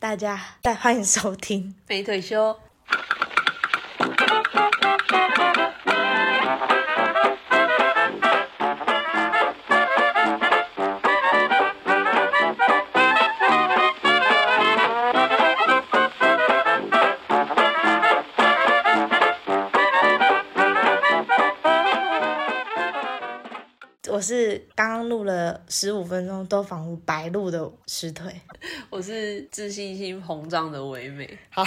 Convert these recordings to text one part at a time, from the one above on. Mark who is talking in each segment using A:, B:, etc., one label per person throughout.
A: 大家再欢迎收听。
B: 没退休。
A: 我是刚刚录了十五分钟，都仿佛白录的石腿。
B: 我是自信心膨胀的唯美，
A: 好，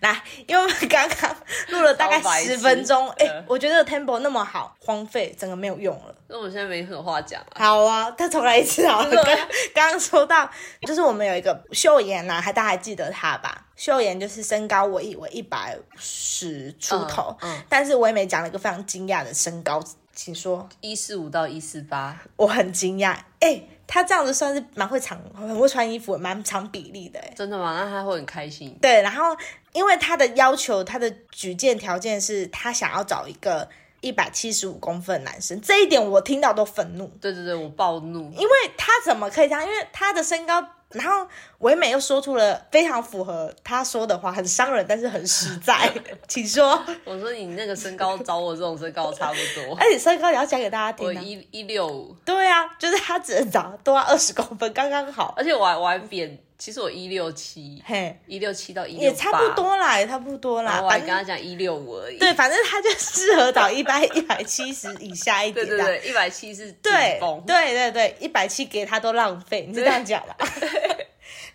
A: 来，因为我们刚刚录了大概
B: 超白痴
A: 十分钟，哎、
B: 嗯
A: 我觉得 tempo 那么好，荒废，整个没有用了。
B: 那我现在没什么话讲啊。
A: 好啊，再重来一次好了。
B: 真的
A: 刚
B: 吗
A: 刚刚说到，就是我们有一个秀妍呐、啊，还大家还记得她吧？秀妍就是身高我以为一百十出头，
B: 嗯嗯
A: 但是我也没讲了一个非常惊讶的身高，请说，
B: 一四五到一四八，
A: 我很惊讶，哎、她这样子算是蛮会藏，很会穿衣服，蛮长比例的、哎。
B: 真的吗？那他会很开心。
A: 对，然后因为他的要求，他的举荐条件是他想要找一个一百七十五公分的男生，这一点我听到都愤怒，
B: 对对对，我暴怒。
A: 因为他怎么可以这样？因为他的身高，然后唯美又说出了非常符合他说的话，很伤人，但是很实 在，请说。
B: 我说你那个身高找我这种身高差不多，
A: 而且身高也要讲给大家
B: 我
A: 听、啊，
B: 一一六五，
A: 对啊，就是他只能找多二十公分，刚刚好，
B: 而且我还我还扁，其实我一六七，
A: 嘿，
B: 一六七到一六
A: 也
B: 八，
A: 差不。多啦，也差不多
B: 然
A: 啦，
B: 后我还
A: 反
B: 跟
A: 正。
B: 他讲一六五而已。
A: 对，反正他就适合找一百一百七十以下一
B: 对
A: 点的，
B: 对对，一百七是紧
A: 对
B: 绷，
A: 对对对，一百七给他都浪费，你是这样讲吧？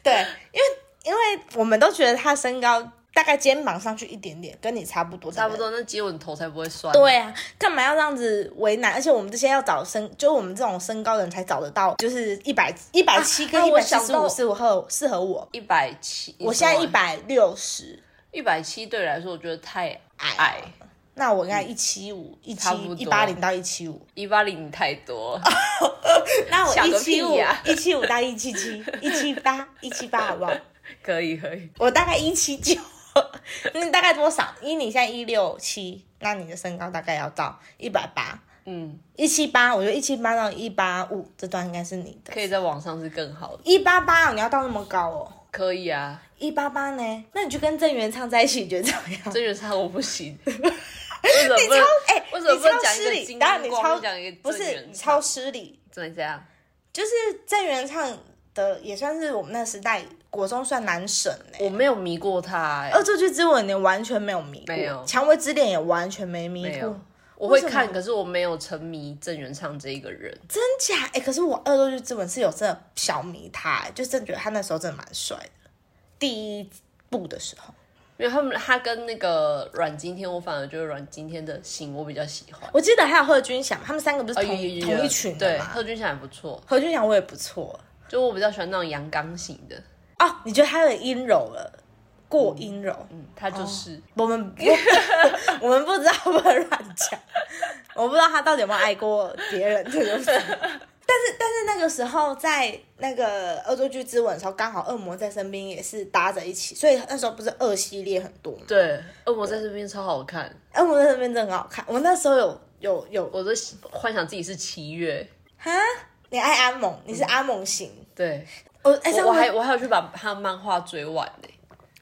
A: 对，因为因为我们都觉得他身高大概肩膀上去一点点，跟你差不多，
B: 差不。多。那接吻头才不会酸。
A: 对啊，干嘛要这样子为难？而且我们这些要找身，就我们这种身高的人才找得到，就是一百一百七跟
B: 啊
A: 一
B: 我
A: 百七
B: 想
A: 十
B: 到
A: 五适合适合我。
B: 一百七，
A: 我现在一百六十，
B: 一百七对你来说，我觉得太
A: 矮
B: 矮，
A: 那我应该一七五、一七
B: 差不多
A: 一八零到一七五，
B: 一八零太多。
A: 那我
B: 想
A: 一
B: 个
A: 七五
B: 屁呀
A: 一七五到一七 七、一七八、一七八好不好？
B: 可以可以，
A: 我大概一七九，那你大概多少？因为你现在一六七，那你的身高大概要到一百八，
B: 嗯，
A: 一七八，我觉得一七八到一八五这段应该是你的。
B: 可以在网上是更好的，
A: 一八八，你要到那么高哦？
B: 可以啊。
A: 一八八呢？那你就跟郑元畅在一起，你觉得怎么 样？
B: 这原唱我不行，为什么不能？
A: 哎、
B: 为什么
A: 你
B: 不能
A: 超
B: 讲一
A: 失
B: 个
A: 礼，
B: 金
A: 当然
B: 刚
A: 你
B: 光，
A: 超
B: 不讲一个
A: 不
B: 郑
A: 是
B: 元
A: 你
B: 畅
A: 超失礼，
B: 怎么这样？
A: 就是郑元畅的也算是我们那个时代国中算男神呢、
B: 我没有迷过他、欸，
A: 恶作剧之吻你完全没有迷
B: 没有
A: 过，蔷薇之恋也完全没迷
B: 没
A: 过
B: 有。。我
A: 哦为
B: 会
A: 什么
B: 看，可是我没有沉迷郑元畅这一个人。
A: 真假？哎、可是我恶作剧之吻是有真的小迷他、欸，就真的觉得他那时候真的蛮帅的。第一部的时候，
B: 因为他们他跟那个阮经天，我反而觉得阮经天的型我比较喜欢。
A: 我记得还有贺军翔，他们三个不是
B: 哦，
A: 同、
B: 有有有
A: 同
B: 有
A: 一群的
B: 对，
A: 吗？
B: 贺军翔还不错，
A: 贺军翔我也不错
B: 就我比较喜欢那种阳刚型的。
A: 哦。你觉得他有点阴柔了，过阴柔？
B: 嗯，他就是、
A: 我们不， 我们不知道，不能乱讲。我不知道他到底有没有爱过别人，这 个不知道。但是但是那个时候在那个恶作剧之吻的时候，刚好恶魔在身边也是搭在一起，所以那时候不是二系列很多吗？
B: 对，恶魔在这边超好看。
A: 哎，我那边真的很好看。我那时候有有有
B: 我都喜幻想自己是七月，
A: 哈，你爱阿猛，你是阿猛型。
B: 对
A: 我哎，
B: 我我还
A: 哎
B: 我还有去把他漫画追完呢、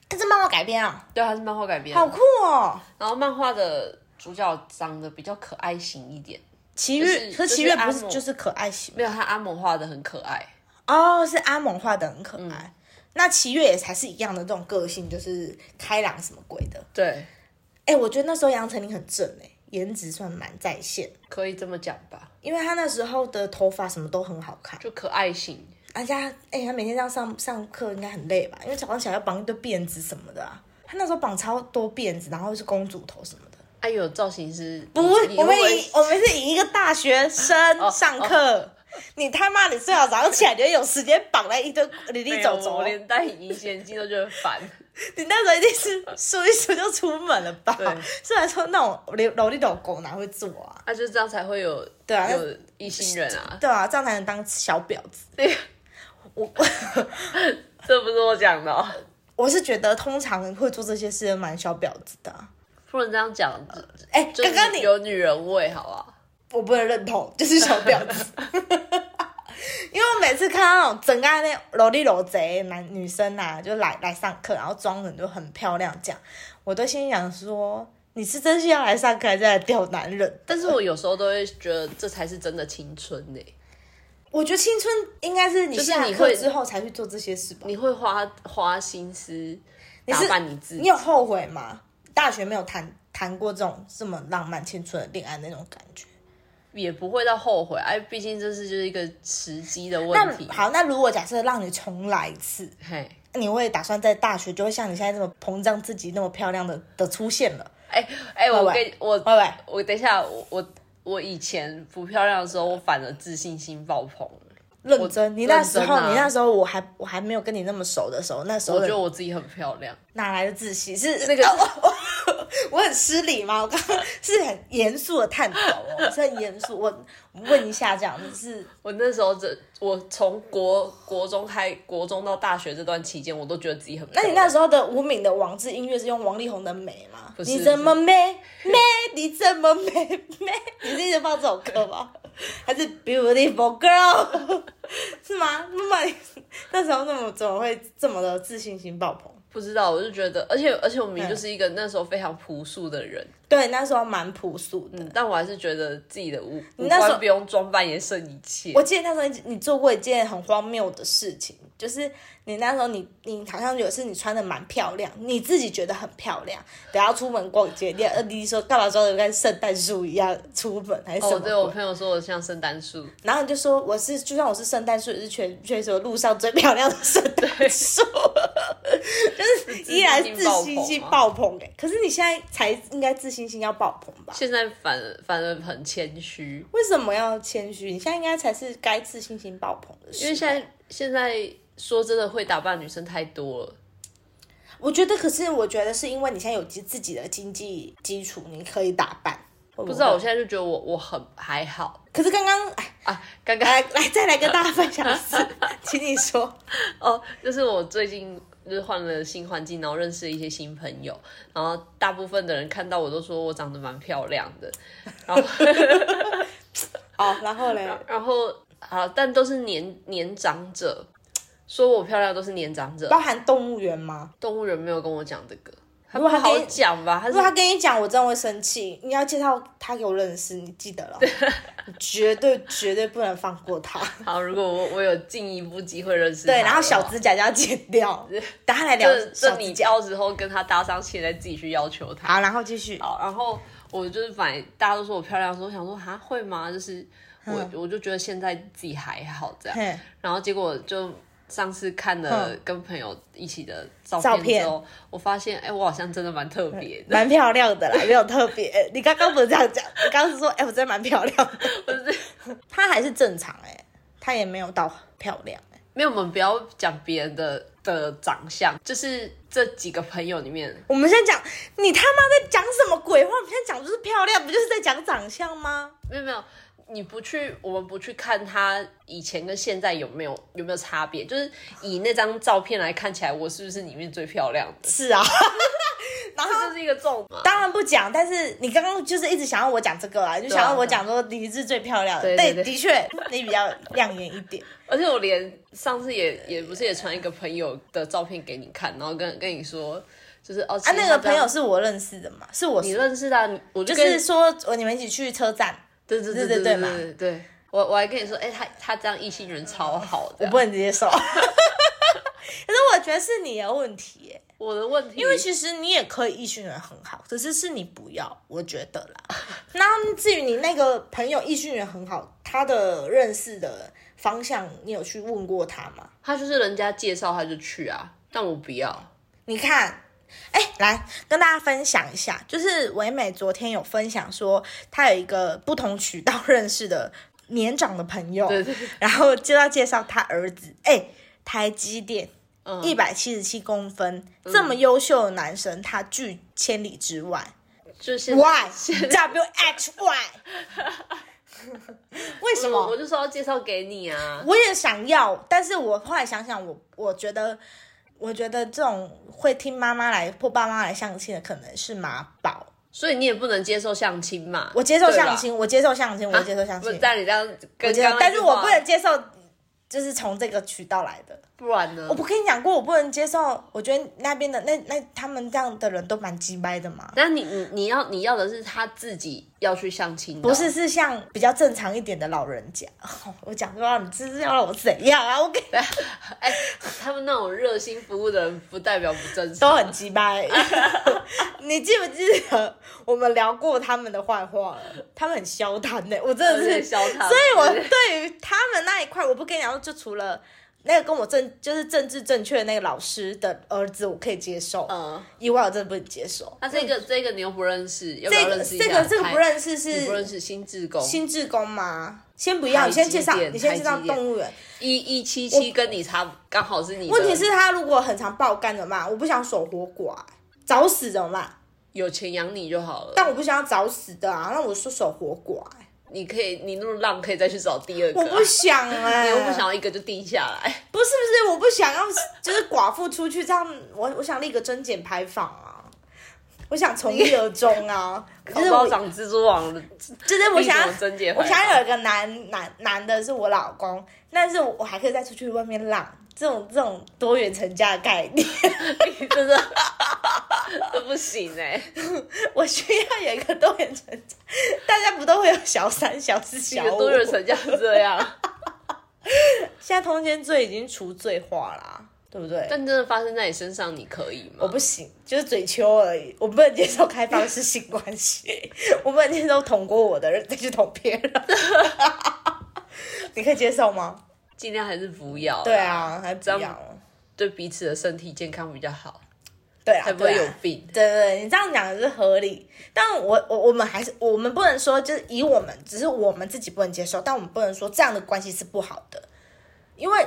A: 这漫画改编啊，
B: 对，他是漫画改编的，
A: 好酷哦！
B: 然后漫画的主角长得比较可爱型一点，
A: 奇
B: 就是
A: 遇，可
B: 就是是
A: 奇遇不
B: 阿
A: 是
B: 猛
A: 就是可爱型
B: 没有他阿蒙画的很可爱，
A: 哦，是阿猛画的很可爱。那奇月也才是一样的这种个性，就是开朗什么鬼的。
B: 对，
A: 哎、我觉得那时候杨丞琳很正哎、颜值算蛮在线，
B: 可以这么讲吧，
A: 因为她那时候的头发什么都很好看。
B: 就可爱型。
A: 而且她哎、她每天这样上上课应该很累吧？因为早上起来要绑一堆辫子什么的、啊，她那时候绑超多辫子，然后是公主头什么的。
B: 哎呦，造型师
A: 不，
B: 你
A: 我
B: 你会
A: 们
B: 不会
A: 以哦我们是以一个大学生上课。 你他妈！你最好早上起来就有时间绑在一堆里里走哦
B: 没有
A: 走，
B: 哎我连戴隐形眼镜都觉得烦。
A: 你那时候一定是梳一梳就出门了吧
B: 对？
A: 虽然说那种萝莉斗狗哪会做啊？
B: 啊，就这样才会有
A: 对啊
B: 有异性人啊。
A: 对啊，这样才能当小婊子。
B: 对，
A: 我
B: 这不是我讲的哦、
A: 我是觉得通常会做这些事的蛮小婊子的啊、
B: 不能这样讲。
A: 哎、
B: 就是
A: 刚刚你
B: 有女人味，好不好？
A: 我不能认同，就是小婊子。因为我每次看到那种整个那萝里萝贼男女生啊，就来来上课，然后妆人就很漂亮这样，我都心想说，你是真心要来上课，还是来钓男人？
B: 但是我有时候都会觉得这才是真的青春欸呢、
A: 我觉得青春应该是你
B: 就是
A: 下
B: 你
A: 课
B: 会
A: 之后才去做这些事吧。
B: 你会花花心思打
A: 是
B: 扮你自己，
A: 你有后悔吗？大学没有谈谈过这种这么浪漫青春的恋爱那种感觉。
B: 也不会到后悔。哎，毕竟这是就是一个时机的问题
A: 那。好，那如果假设让你重来一次，
B: 嘿，
A: 你会打算在大学就会像你现在这么膨胀自己那么漂亮的的出现了？
B: 哎、哎、我
A: 拜拜
B: 跟我
A: 拜拜。
B: 我等一下，我我我以前不漂亮的时候，我反而自信心爆棚。
A: 认真，你那
B: 认
A: 时
B: 真
A: 候，
B: 啊
A: 你那时候我还我还没有跟你那么熟的时候，那时候
B: 我觉
A: 的
B: 得我自己很漂亮，
A: 哪来的自信？是
B: 那个
A: 啊我我 我很失礼吗？我刚刚是很严肃的探讨哦， 我是很严肃。我我问一下，这样子是
B: 我那时候这我从国国中开国中到大学这段期间，我都觉得自己很漂
A: 那
B: 亮。
A: 你那时候的无名的网志音乐是用王力宏的《美》吗？
B: 是
A: 你怎么美美？你怎么美美？你是一直放这首歌 吗？还是 Beautiful Girl 是吗？那么那时候那么怎么会这么的自信心爆棚？
B: 不知道，我就觉得，而且而且我明
A: 嗯
B: 明就是一个那时候非常朴素的人，
A: 对，那时候蛮朴素的。
B: 但我还是觉得自己的五五
A: 那时候
B: 官不用装扮也胜一切。
A: 我记得那时候你你做过一件很荒谬的事情，就是你那时候你你好像有一次你穿的蛮漂亮，你自己觉得很漂亮，等下出门逛街，你呃你说干嘛装的跟圣诞树一样出门还是什么
B: 哦，
A: 鬼？
B: 对我朋友说我像圣诞树，
A: 然后你就说我是，就算我是圣诞树，也是全全球路上最漂亮的圣诞树， 就是 依然自信心
B: 啊
A: 爆棚哎、可是你现在才应该自信心要爆棚吧？
B: 现在反反而很谦虚，
A: 为什么要谦虚？你现在应该才是该自信心爆棚的时候。
B: 因为现在现在说真的会打扮的女生太多了。
A: 我觉得，可是我觉得是因为你现在有自自己的经济基础，你可以打扮。不
B: 不知道，我现在就觉得我我很还好
A: 可是刚刚哎，
B: 啊。刚刚
A: 来来再来跟大家分享一 次，请你说。
B: 哦，就是我最近就是换了新环境，然后认识了一些新朋友，然后大部分的人看到我都说我长得蛮漂亮的，然后
A: 哦，然后嘞，
B: 然后啊，但都是年年长者说我漂亮，都是年长者。
A: 包含动物园吗？
B: 动物园没有跟我讲这个，他
A: 如
B: 不
A: 果他
B: 好
A: 给你
B: 讲吧？他
A: 如果他
B: 是
A: 跟你讲，我真的会生气。你要介绍他给我认识，你记得了，你绝对绝对不能放过他。
B: 好，如果我我有进一步机会认识
A: 对，
B: 他
A: 然后
B: 的
A: 小
B: 话
A: 指甲就要剪 掉，等他来聊
B: 这
A: 小
B: 这
A: 指
B: 你
A: 甲。
B: 到时候跟他搭上线，再自己去要求他。
A: 好，然后继续。
B: 好，然后我就是反正大家都说我漂亮的时候，我想说哈会吗？就是我、我就觉得现在自己还好这样，
A: 嘿，
B: 然后结果就上次看了
A: 嗯
B: 跟朋友一起的照
A: 照
B: 片之后，我发现哎、我好像真的蛮特 别的，
A: 蛮漂亮的啦，没有特别。你刚刚不是这样讲，你刚刚是 说，哎、我真的蛮漂亮的。
B: 不是
A: 她还是正常哎、她也没有到漂亮哎、
B: 没有我们不要讲别人的的长相，就是这几个朋友里面，
A: 我们现在讲，你他妈在讲什么鬼话？我们现在讲就是漂亮，不就是在讲长相吗？
B: 没有没有，你不去，我们不去看他以前跟现在有没有有没有差别，就是以那张照片来看起来，我是不是里面最漂亮 的？
A: 是啊。然后
B: 这就是一个重点嘛。
A: 当然不讲，但是你刚刚就是一直想要我讲这个啊，就想要我讲说你是最漂亮的，
B: 对对对
A: 的确你比较亮眼一 点。
B: 而且我连上次也也不是也传一个朋友的照片给你看，然后跟跟你说，就是哦，
A: 啊，
B: 其实
A: 那
B: 他
A: 个
B: 这
A: 朋
B: 样
A: 友是我认识的嘛，是我
B: 你认识的啊、你我就
A: 就
B: 跟
A: 是说我你们一起去车站，
B: 对对
A: 对对
B: 对
A: 对
B: 对对
A: 嘛
B: 对对，我我还跟你说，哎、他他这样异性缘超好
A: 我
B: 的，
A: 不能接 受。可是我觉得是你的问题耶，
B: 我的问题，
A: 因为其实你也可以异性缘很好，只是是你不要，我觉得 啦。那至于你那个朋友异性缘很好，他的认识的方向，你有去问过他吗？
B: 他就是人家介绍他就去啊，但我不要，
A: 你看，哎、来跟大家分享一下，就是唯美昨天有分享说，她有一个不同渠道认识的年长的朋友，
B: 对对对
A: 然后就要介绍他儿子，哎、台积电。
B: 嗯
A: 一百七十七公分，这么优秀的男生，他拒千里之外。
B: 就现在
A: Why
B: 现
A: W H Y？为 什
B: 我
A: 么
B: 我？就说要介绍给你啊。
A: 我也想要，但是我后来想想，我我觉得，我觉得这种会听妈妈来或爸妈来相亲的，可能是妈宝。
B: 所以你也不能接受相亲嘛？
A: 我接受
B: 对吧啊
A: 相，亲，我接受相亲，我接受相
B: 不
A: 亲，
B: 但你这样
A: 我
B: 跟
A: 接受
B: 刚，刚那
A: 但
B: 句
A: 是
B: 话
A: 我不能接受就是从这个渠道来的。
B: 不然呢
A: 我？不跟你讲过，我不能接受。我觉得那边的那那他们这样的人都蛮鸡掰的嘛。
B: 那你你你要你要的是他自己要去相亲的，
A: 不是？是像比较正常一点的老人家， 我讲不到你这是要让我怎样啊？我跟
B: 哎？哎，他们那种热心服务的人，不代表不正常。
A: 都很鸡掰。 你记不记得我们聊过他们的坏话了？他们很消谈呢、我真的
B: 有
A: 是
B: 点消他
A: 所以我
B: 对
A: 对于他们那一块，我不跟你讲，就除了那个跟我政就是政治正确的那个老师的儿子，我可以接受，
B: 嗯，
A: 以外我真的不能接受。
B: 那这个这个你又不认识，要
A: 嗯
B: 不
A: 这
B: 要
A: 个
B: 认识一
A: 这
B: 下？
A: 个这个不
B: 台
A: 认识
B: 你不认
A: 是
B: 识新志工，
A: 新志工吗？先不要，你
B: 台
A: 先
B: 积
A: 介绍，
B: 电
A: 你先介绍
B: 台积电
A: 动物园。
B: 一一七七跟你差不刚好是你的。
A: 问题是，他如果很常爆肝怎么办？我不想守活寡、早死怎么办？
B: 有钱养你就好了，
A: 但我不想要早死的啊，那我说守活寡、欸
B: 你可以你那么浪，可以再去找第二个、
A: 我
B: 啊。
A: 不想哎、
B: 你又不想要一个就定下来，
A: 不是不是，我不想要，就是寡妇出去这样，我我想立个贞检牌坊啊，我想从一而终啊，
B: 搞
A: 就
B: 不
A: 是
B: 好
A: 我
B: 长蜘蛛网了。
A: 就是我想
B: 立什么贞洁
A: 要，
B: 牌坊
A: 我想要有一个男男男的是我老公，但是我我还可以再出去外面浪，这种这种多元成家的概念，
B: 真的，这不行哎、
A: 我需要有一个多元成家，大家不都会有小三、小四、
B: 一
A: 小
B: 个
A: 五？
B: 多人成家是这 样，
A: 现在通奸罪已经除罪化啦，对不对？
B: 但真的发生在你身上，你可以
A: 我
B: 吗？
A: 不行，就是嘴丘而已，我不能接受开放式性关系， 我不能接受捅过我的人再去捅别人， 你可以接受吗？
B: 尽量还是不要啦，
A: 对啊，还不
B: 这
A: 要
B: 样，对彼此的身体健康比较好，
A: 对啊，
B: 才不会
A: 对
B: 有
A: 啊
B: 病。
A: 对对对，你这样讲的是合理，但我我我们还是我们不能说就是以我们，只是我们自己不能接受，但我们不能说这样的关系是不好的，因为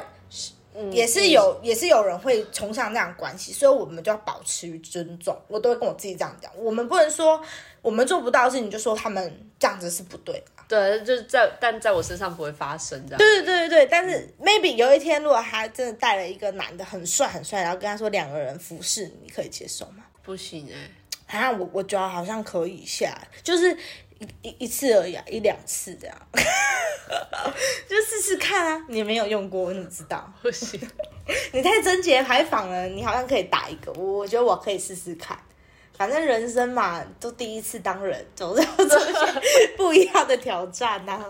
A: 嗯
B: 嗯
A: 也是有、也是有人会崇尚那样的关系，所以我们就要保持于尊重。我都会跟我自己这样讲，我们不能说我们做不到的事情就说他们这样子是不对的啊。
B: 对，就是在但在我身上不会发生这样。
A: 对对对对对，但是 maybe 有一天，如果他真的带了一个男的很帅很帅，然后跟他说两个人服侍你，你可以接受吗？
B: 不行哎、
A: 啊，我我觉得好像可以下，就是一一一次而已、啊，一两次这样， 就试试看啊。你没有用过，我怎么知道？
B: 不行，
A: 你太贞洁牌坊了，你好像可以打一个，我我觉得我可以试试看。反正人生嘛，都第一次当人，总是要做一些不一样的挑战呐、啊。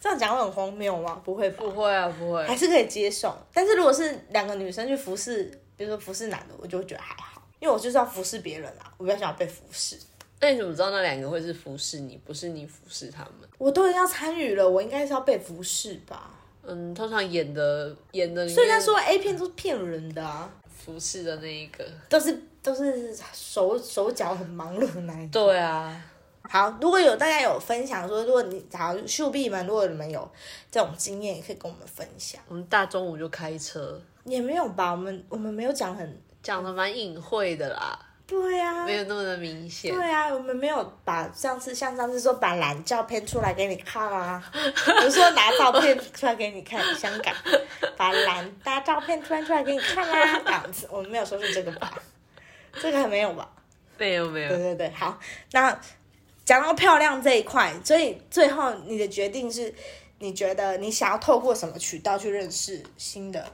A: 这样讲会很荒谬吗？不会吧，
B: 不会啊，不会
A: 还。是可以接受。但是如果是两个女生去服侍，比如说服侍男的，我就会觉得还好，因为我就是要服侍别人啊，我比较想要被服侍。
B: 那你怎么知道那两个会是服侍你，不是你服侍他们？
A: 我都已经要参与了，我应该是要被服侍吧？
B: 嗯，通常演的演的，
A: 所以他说 A 片都是骗人的、啊，
B: 服侍的那一个，
A: 都是都是手手脚很忙碌的那一种。
B: 对啊，
A: 好，如果有大家有分享说，如果你好秀币们，如果你们有这种经验，也可以跟我们分享。
B: 我们大中午就开车，
A: 也没有吧，我们我们没有讲很
B: 讲的蛮隐晦的啦，
A: 对啊呀、
B: 没有那么的明显。
A: 对啊，我们没有把上次像上次说把蓝照片出来给你看啊，我说拿照片出来给你看，香港把蓝拿照片突然出来给你看啊，这样子我们没有说是这个吧，这个还没有吧？
B: 没有没
A: 对
B: 有，
A: 对对，好，那讲到漂亮这一块，所以最后你的决定是，你觉得你想要透过什么渠道去认识新的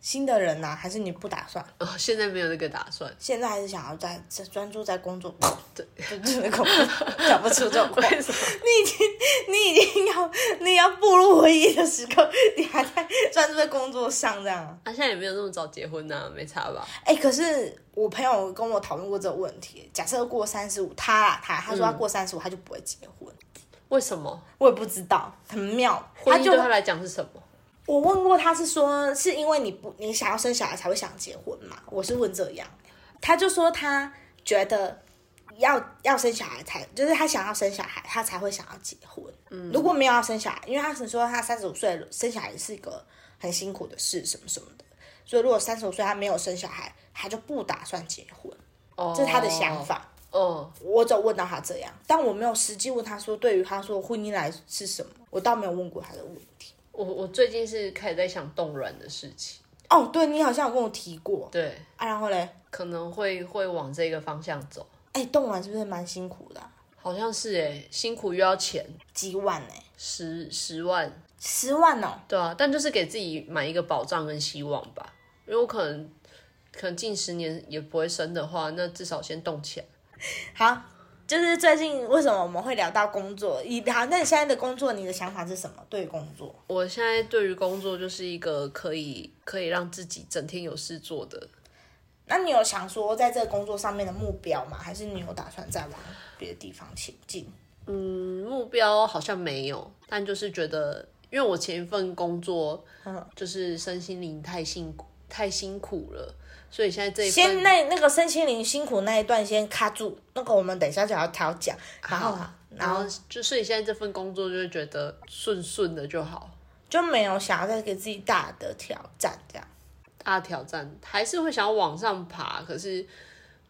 A: 新的人呢、还是你不打算？
B: 哦，现在没有那个打算。
A: 现在还是想要在在专注在 工作？对，专注在工作，讲不出这 种话。
B: 为什么？
A: 你已经你已经要你要步入婚姻的时刻，你还在专注在工作上这样啊？
B: 啊，现在也没有那么早结婚呐、没差吧？
A: 哎、可是我朋友跟我讨论过这个问题。假设过三十五，他啦他他说
B: 嗯
A: 他过三十五他就不会结婚，
B: 为什么？
A: 我也不知道，很妙。
B: 婚
A: 他
B: 姻
A: 就
B: 对他来讲是什么？
A: 我问过他是说是因为你不你想要生小孩才会想结婚嘛？我是问这样，他就说他觉得要要生小孩才就是他想要生小孩，他才会想要结婚。嗯，如果没有要生小孩，因为他是说他三十五岁生小孩是一个很辛苦的事，什么什么的。所以如果三十五岁他没有生小孩，他就不打算结婚，
B: 哦，
A: 这是他的想。法。
B: 哦，
A: 我只有问到他这样，但我没有实际问他说，对于他说婚姻来是什么，我倒没有问过他的问题。
B: 我我最近是开始在想冻卵的事情，
A: 哦，对你好像有跟我提过
B: 对，
A: 啊，然后嘞，
B: 可能会会往这个方向走，
A: 哎、冻卵是不是蛮辛苦的啊、
B: 欸好像是哎、辛苦又要钱，
A: 几万哎、
B: 十十万
A: 十万哦，
B: 对啊，但就是给自己买一个保障跟希望吧，因为我可能可能近十年也不会生的话，那至少先动起来。
A: 好，就是最近为什么我们会聊到工作？你好，那你现在的工作，你的想法是什么？对于工作，
B: 我现在对于工作就是一个可以可以让自己整天有事做的，
A: 那你有想说在这个工作上面的目标吗？还是你有打算再往别的地方前进？
B: 嗯目标好像没有，但就是觉得，因为我前一份工作
A: 嗯，
B: 就是身心灵太辛苦太辛苦了，所以现在这一
A: 先
B: 份
A: 那那个身心灵辛苦那一段先卡住，那个我们等一下就要调讲，然后
B: 啊
A: 然
B: 然
A: 后
B: 后就所以现在这份工作就会觉得顺顺的就好。
A: 就没有想要再给自己大的挑战这样。
B: 大挑战，还是会想要往上爬，可是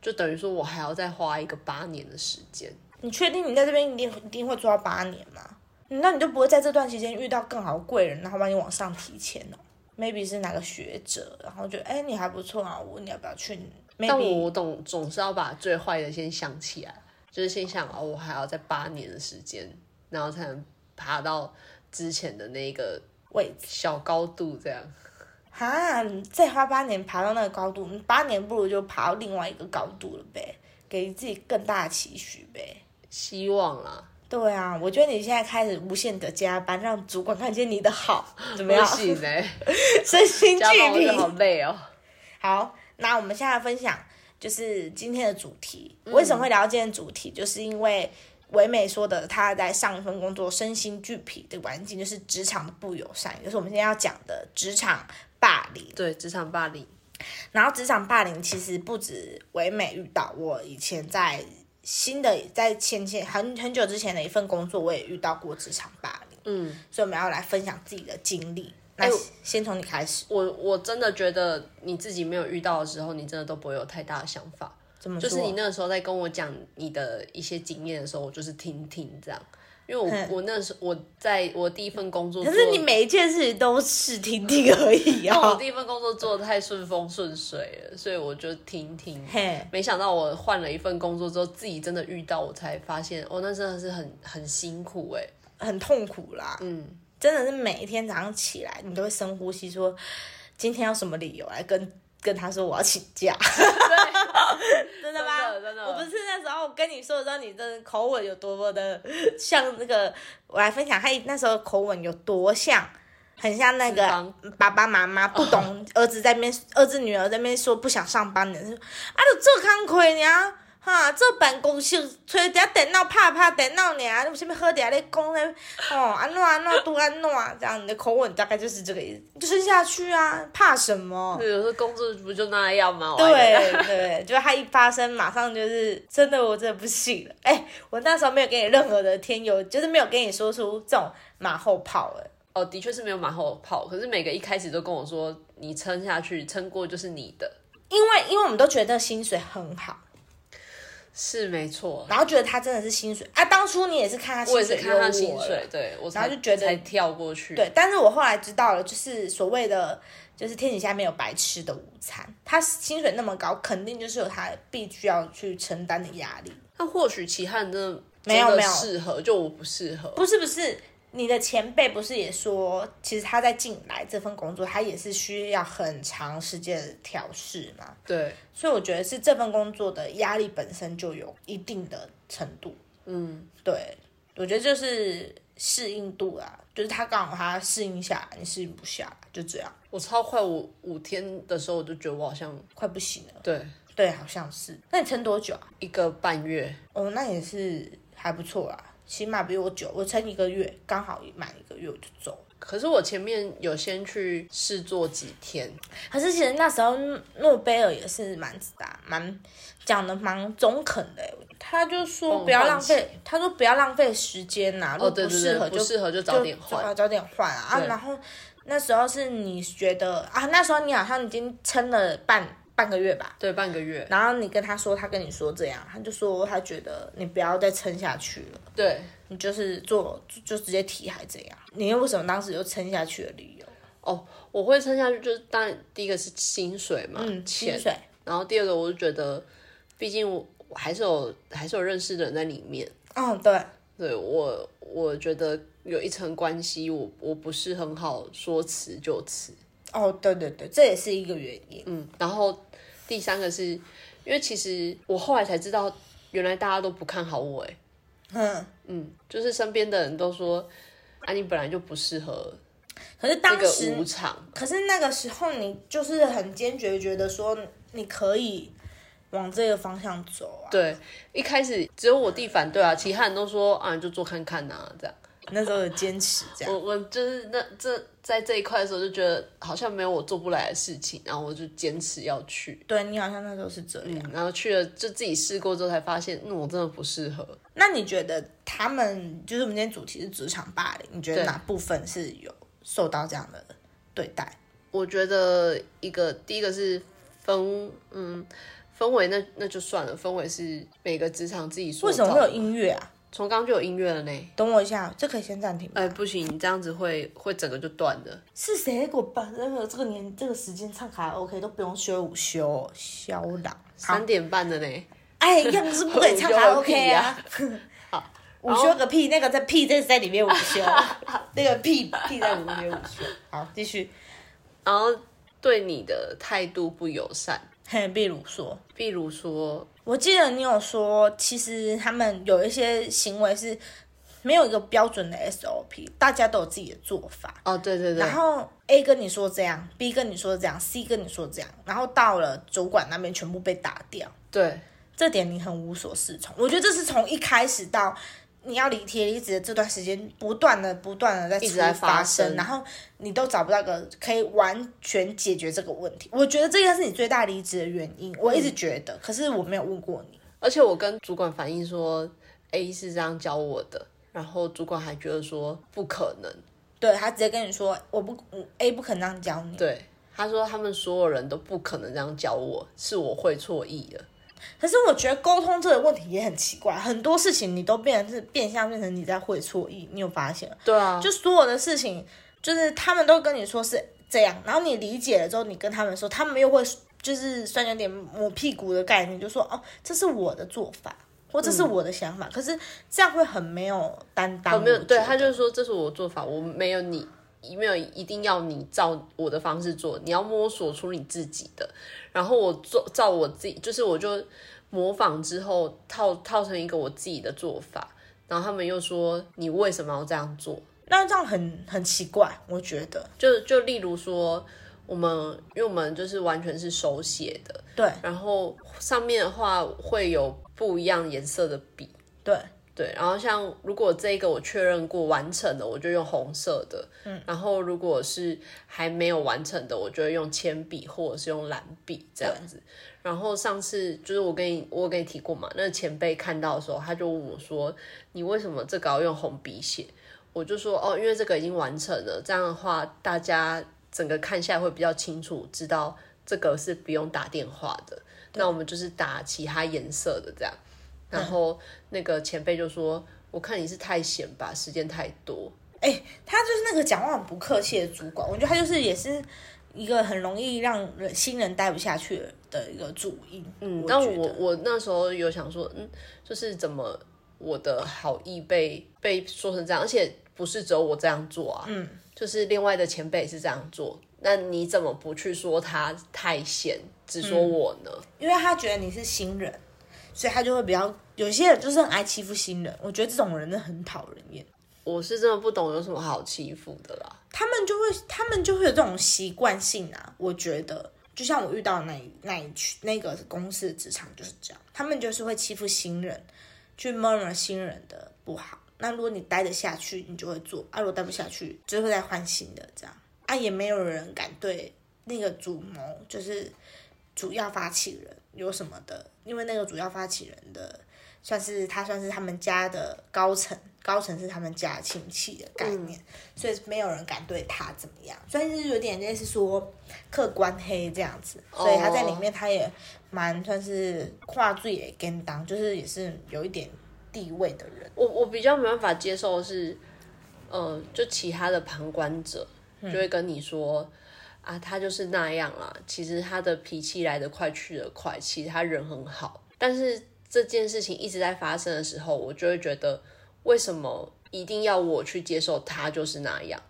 B: 就等于说我还要再花一个八年的时间。
A: 你确定你在这边一定一定会做到八年吗？那你就不会在这段期间遇到更好的贵人，然后把你往上提前哦。maybe 是哪个学者，然后就哎、你还不错啊，我问你要不要去
B: 但
A: ？maybe
B: 我总总是要把最坏的先想起来，就是先想哦，我还要再八年的时间，然后才能爬到之前的那个
A: 位置
B: 小高度，这样。
A: 哈，你再花八年爬到那个高度，你八年不如就爬到另外一个高度了呗，给自己更大的期许呗。
B: 希望啦，
A: 对啊，我觉得你现在开始无限的加班，让主管看见你的好，怎么
B: 不
A: 样？
B: 行哎、
A: 身心
B: 加
A: 俱
B: 班我就
A: 疲。
B: 好累哦。
A: 好，那我们现在分享就是今天的主题。
B: 嗯
A: 为什么会聊今天的主题？就是因为唯美说的，她在上一份工作身心俱疲的环境，就是职场的不友善，也就是我们今天要讲的职场霸凌。
B: 对，职场霸凌，
A: 然后职场霸凌其实不止唯美遇到，我以前在新的在前前很很久之前的一份工作，我也遇到过职场霸凌，
B: 嗯，
A: 所以我们要来分享自己的经历。那
B: 哎我
A: 先从你开始，
B: 我我真的觉得你自己没有遇到的时候，你真的都不会有太大的想法。
A: 怎么
B: 就
A: 说？啊
B: 是你那个时候在跟我讲你的一些经验的时候，我就是听听这样，因为我我那时候我在我第一份工作做，
A: 可是你每一件事情都是听听而已
B: 但我
A: 啊。
B: 第一份工作做的太顺风顺水了，所以我就听听。
A: 嘿，
B: 没想到我换了一份工作之后，自己真的遇到，我才发现，哦，那真的是很很辛苦哎、
A: 很痛苦啦。
B: 嗯，
A: 真的是每一天早上起来，你都会深呼吸说，今天要什么理由来跟跟他说我要请假？ 真的吗？
B: 真的真的
A: 我不是那时候我跟你说的时候，你真的口吻有多么的像那个，我来分享他那时候口吻有多像。很像那
B: 四
A: 个
B: 方
A: 爸爸妈妈不懂儿子在那边，儿子女儿在那边说不想上班的，说啊，就做工课尔，哈，做办公室，吹点电脑拍拍电脑尔，你有啥物好点咧讲咧？哦，安怎安怎拄安怎，这样你的口吻大概就是这个意思，就撑下去啊，怕什么
B: 那？有时候工作不就那样吗？我还以为，
A: 对对，就是他一发生，马上就是真的，我真的不信了。哎、我那时候没有给你任何的添油，就是没有跟你说出这种马后炮、哎，
B: 哦，的确是没有马后炮，可是每个一开始都跟我说，你撑下去，撑过就是你的，
A: 因为因为我们都觉得薪水很好，
B: 是没错。
A: 然后觉得他真的是薪水啊。当初你也是看他薪
B: 我
A: 水，
B: 也是看他薪水，，对我欸才
A: 然后就觉得
B: 才跳过去。
A: 对，但是我后来知道了，就是所谓的，就是天底下没有白吃的午餐。他薪水那么高，肯定就是有他必须要去承担的压力。
B: 那或许其他人真的
A: 没有
B: 真的
A: 没有
B: 适合，就我不适合。
A: 不是不是，你的前辈不是也说，其实他在进来这份工作，他也是需要很长时间的调试嘛。
B: 对，
A: 所以我觉得是这份工作的压力本身就有一定的程度。
B: 嗯，
A: 对，我觉得就是适应度啊，就是他刚好他适应下来，你适应不下来，就这样，
B: 我超快五五天的时候，我就觉得我好像
A: 快不行了。
B: 对
A: 对，好像是。那你撑多久啊？
B: 一个半月，
A: 哦，那也是还不错啦，起码比我久。我撑一个月，刚好满一个月我就走了。
B: 可是我前面有先去试做几天，
A: 可是其实那时候诺贝尔也是蛮打蛮讲的蛮中肯的欸，他就说不要浪
B: 换
A: 费，他说不要浪费时间呐、如果
B: 哦对
A: 不
B: 对
A: 适
B: 对，
A: 合就
B: 啊不适合就早点换。
A: 就早点换啊啊！
B: 对
A: 然后那时候是你觉得啊，那时候你好像已经撑了半半个月吧，
B: 对，半个月，
A: 然后你跟他说，他跟你说这样，他就说他觉得你不要再撑下去了。
B: 对，
A: 你就是做就就直接提还这样，你为什么当时就撑下去的理由？
B: 哦，我会撑下去，就是当然第一个是嗯薪水嘛，钱
A: 薪，水
B: 然后第二个我就觉得，毕竟我我还是有还是有认识的人在里面，
A: 哦嗯，对，
B: 对我，我觉得有一层关系，我我不是很好说辞就辞。
A: 哦，对对对，这也是一个原因。
B: 嗯，然后第三个是因为其实我后来才知道，原来大家都不看好我、欸，
A: 嗯，
B: 嗯，就是身边的人都说，啊，你本来就不适合
A: 可是
B: 这
A: 当
B: 个
A: 时
B: 舞场，
A: 可是那个时候，你就是很坚决，觉得说你可以往这个方向走啊。
B: 对，一开始只有我弟反对啊，其他人都说啊，你就做看看呐、啊，这样。
A: 那时候的坚持这样。
B: 我我就是那这在这一块的时候就觉得好像没有我做不来的事情，然后我就坚持要去，
A: 对你好像那时候是这样。
B: 嗯，然后去了就自己试过之后才发现，嗯，我真的不适合。
A: 那你觉得他们就是我们今天主题是职场霸凌，你觉得
B: 对
A: 哪部分是有受到这样的对待？
B: 我觉得一个第一个是氛，嗯，氛围那那就算了，氛围是每个职场自己塑
A: 为什么
B: 造
A: 会有
B: 的
A: 音乐啊？
B: 从刚就有音乐了呢？
A: 等我一下，哦这可以先暂停吗。
B: 哎，不行，你这样子会会整个就断的。
A: 是谁给我把那个这个年这个时间唱卡拉 OK 都不用休午休、哦，肖朗。好
B: 三，点半的呢，
A: 哎，一样是不可以唱卡 拉 OK 啊。午休个屁，那个在屁在在里面午休， 那个屁屁在里面午休。好，继续。
B: 然后对你的态度不友善，
A: 嘿，比如说，
B: 比如说，
A: 我记得你有说，其实他们有一些行为是没有一个标准的 SOP，大家都有自己的做法。
B: 哦，对对对，
A: 然后 A 跟你说这样，B 跟你说这样，C 跟你说这样，然后到了主管那边全部被打掉，
B: 对
A: 这点你很无所适从。我觉得这是从一开始到你要离贴离职的这段时间，不断的不断的在
B: 一直在
A: 出发
B: 发生
A: 然后你都找不到一个可以完全解决这个问题。我觉得这应该是你最大离职的原因，我
B: 嗯
A: 一直觉得，可是我没有问过你。
B: 而且我跟主管反映说，A 是这样教我的，然后主管还觉得说不可能，
A: 对他直接跟你说，我不我，A 不肯这样教你。
B: 对，他说他们所有人都不可能这样教我，是我会错意了。
A: 可是我觉得沟通这个问题也很奇怪，很多事情你都变成是变相变成你在会错意，你有发现吗？
B: 对啊，
A: 就所有的事情，就是他们都跟你说是这样，然后你理解了之后，你跟他们说，他们又会就是算有点抹屁股的概念，就说哦，这是我的做法，或这是我的想法。可是这样会很没有担当，
B: 我嗯哦没有，
A: 我
B: 对，
A: 觉
B: 他
A: 得
B: 就说这是我的做法，我没有你，没有一定要你照我的方式做，你要摸索出你自己的。然后我做照我自己，就是我就模仿之后套套成一个我自己的做法。然后他们又说你为什么要这样做？
A: 那这样很很奇怪，我觉得
B: 就就例如说，我们因为我们就是完全是手写的，
A: 对
B: 然后上面的话会有不一样颜色的笔，
A: 对，
B: 对，然后像如果这个我确认过完成的，我就用红色的，嗯，然后如果是还没有完成的，我就会用铅笔或者是用蓝笔这样子。然后上次就是我跟你我有跟你提过嘛，那个前辈看到的时候，他就问我说：“你为什么这个要用红笔写？”我就说：“哦，因为这个已经完成了，这样的话大家整个看下来会比较清楚，知道这个是不用打电话的。那我们就是打其他颜色的这样。”然后那个前辈就说：“我看你是太闲吧，时间太多。
A: 哎、他就是那个讲话很不客气的主管，我觉得他就是也是一个很容易让人新人待不下去的一个主因。嗯
B: 但
A: 觉
B: 我
A: 得
B: 我那时候有想说，嗯，就是怎么我的好意被被说成这样，而且不是只有我这样做啊，嗯，就是另外的前辈也是这样做。那你怎么不去说他太闲，只说我呢？
A: 因为他觉得你是新人，所以他就会比较有些人就是很爱欺负新人，我觉得这种人真的很讨人厌。
B: 我是真的不懂有什么好欺负的啦。
A: 他们就会，他们就会有这种习惯性啊。我觉得，就像我遇到的那一那一群那个公司的职场就是这样，他们就是会欺负新人，去 murmur 新人的不好。那如果你待得下去，你就会做；啊，如果待不下去，就会再换新的这样。啊，也没有人敢对那个主谋，就是主要发起人有什么的，因为那个主要发起人的算是他算是他们家的高层，高层是他们家的亲戚的概念，所以没有人敢对他怎么样，所以是有点类似说客观黑这样子，所以他在里面他也蛮算是跨罪也跟当，就是也是有一点地位的人，
B: 我我比较没办法接受的是，呃，就其他的旁观者就会跟你说、啊，他就是那样啦。其实他的脾气来得快去得快，其实他人很好。但是这件事情一直在发生的时候，我就会觉得为什么一定要我去接受他就是那样。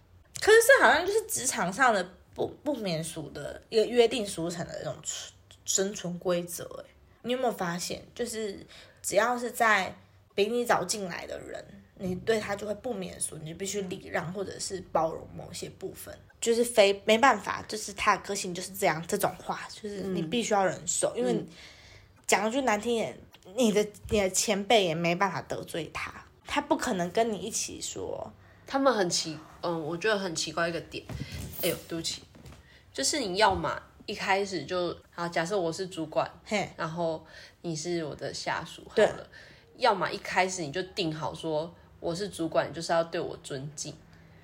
A: 可是这好像就是职场上的不不免俗的一个约定俗成的那种存生存规则。哎，你有没有发现，就是只要是在比你早进来的人，你对他就会不免俗，你就必须礼让或者是包容某些部分，就是非没办法，就是他的个性就是这样。这种话就是你必须要忍受，因为讲句难听点，你的你的前辈也没办法得罪他，他不可能跟你一起说。
B: 他们很奇，嗯，我觉得很奇怪一个点，哎呦，对不起，就是你要嘛一开始就啊，假设我是主管，
A: 嘿，
B: 然后你是我的下属，好了，要么一开始你就定好说我是主管，你就是要对我尊敬。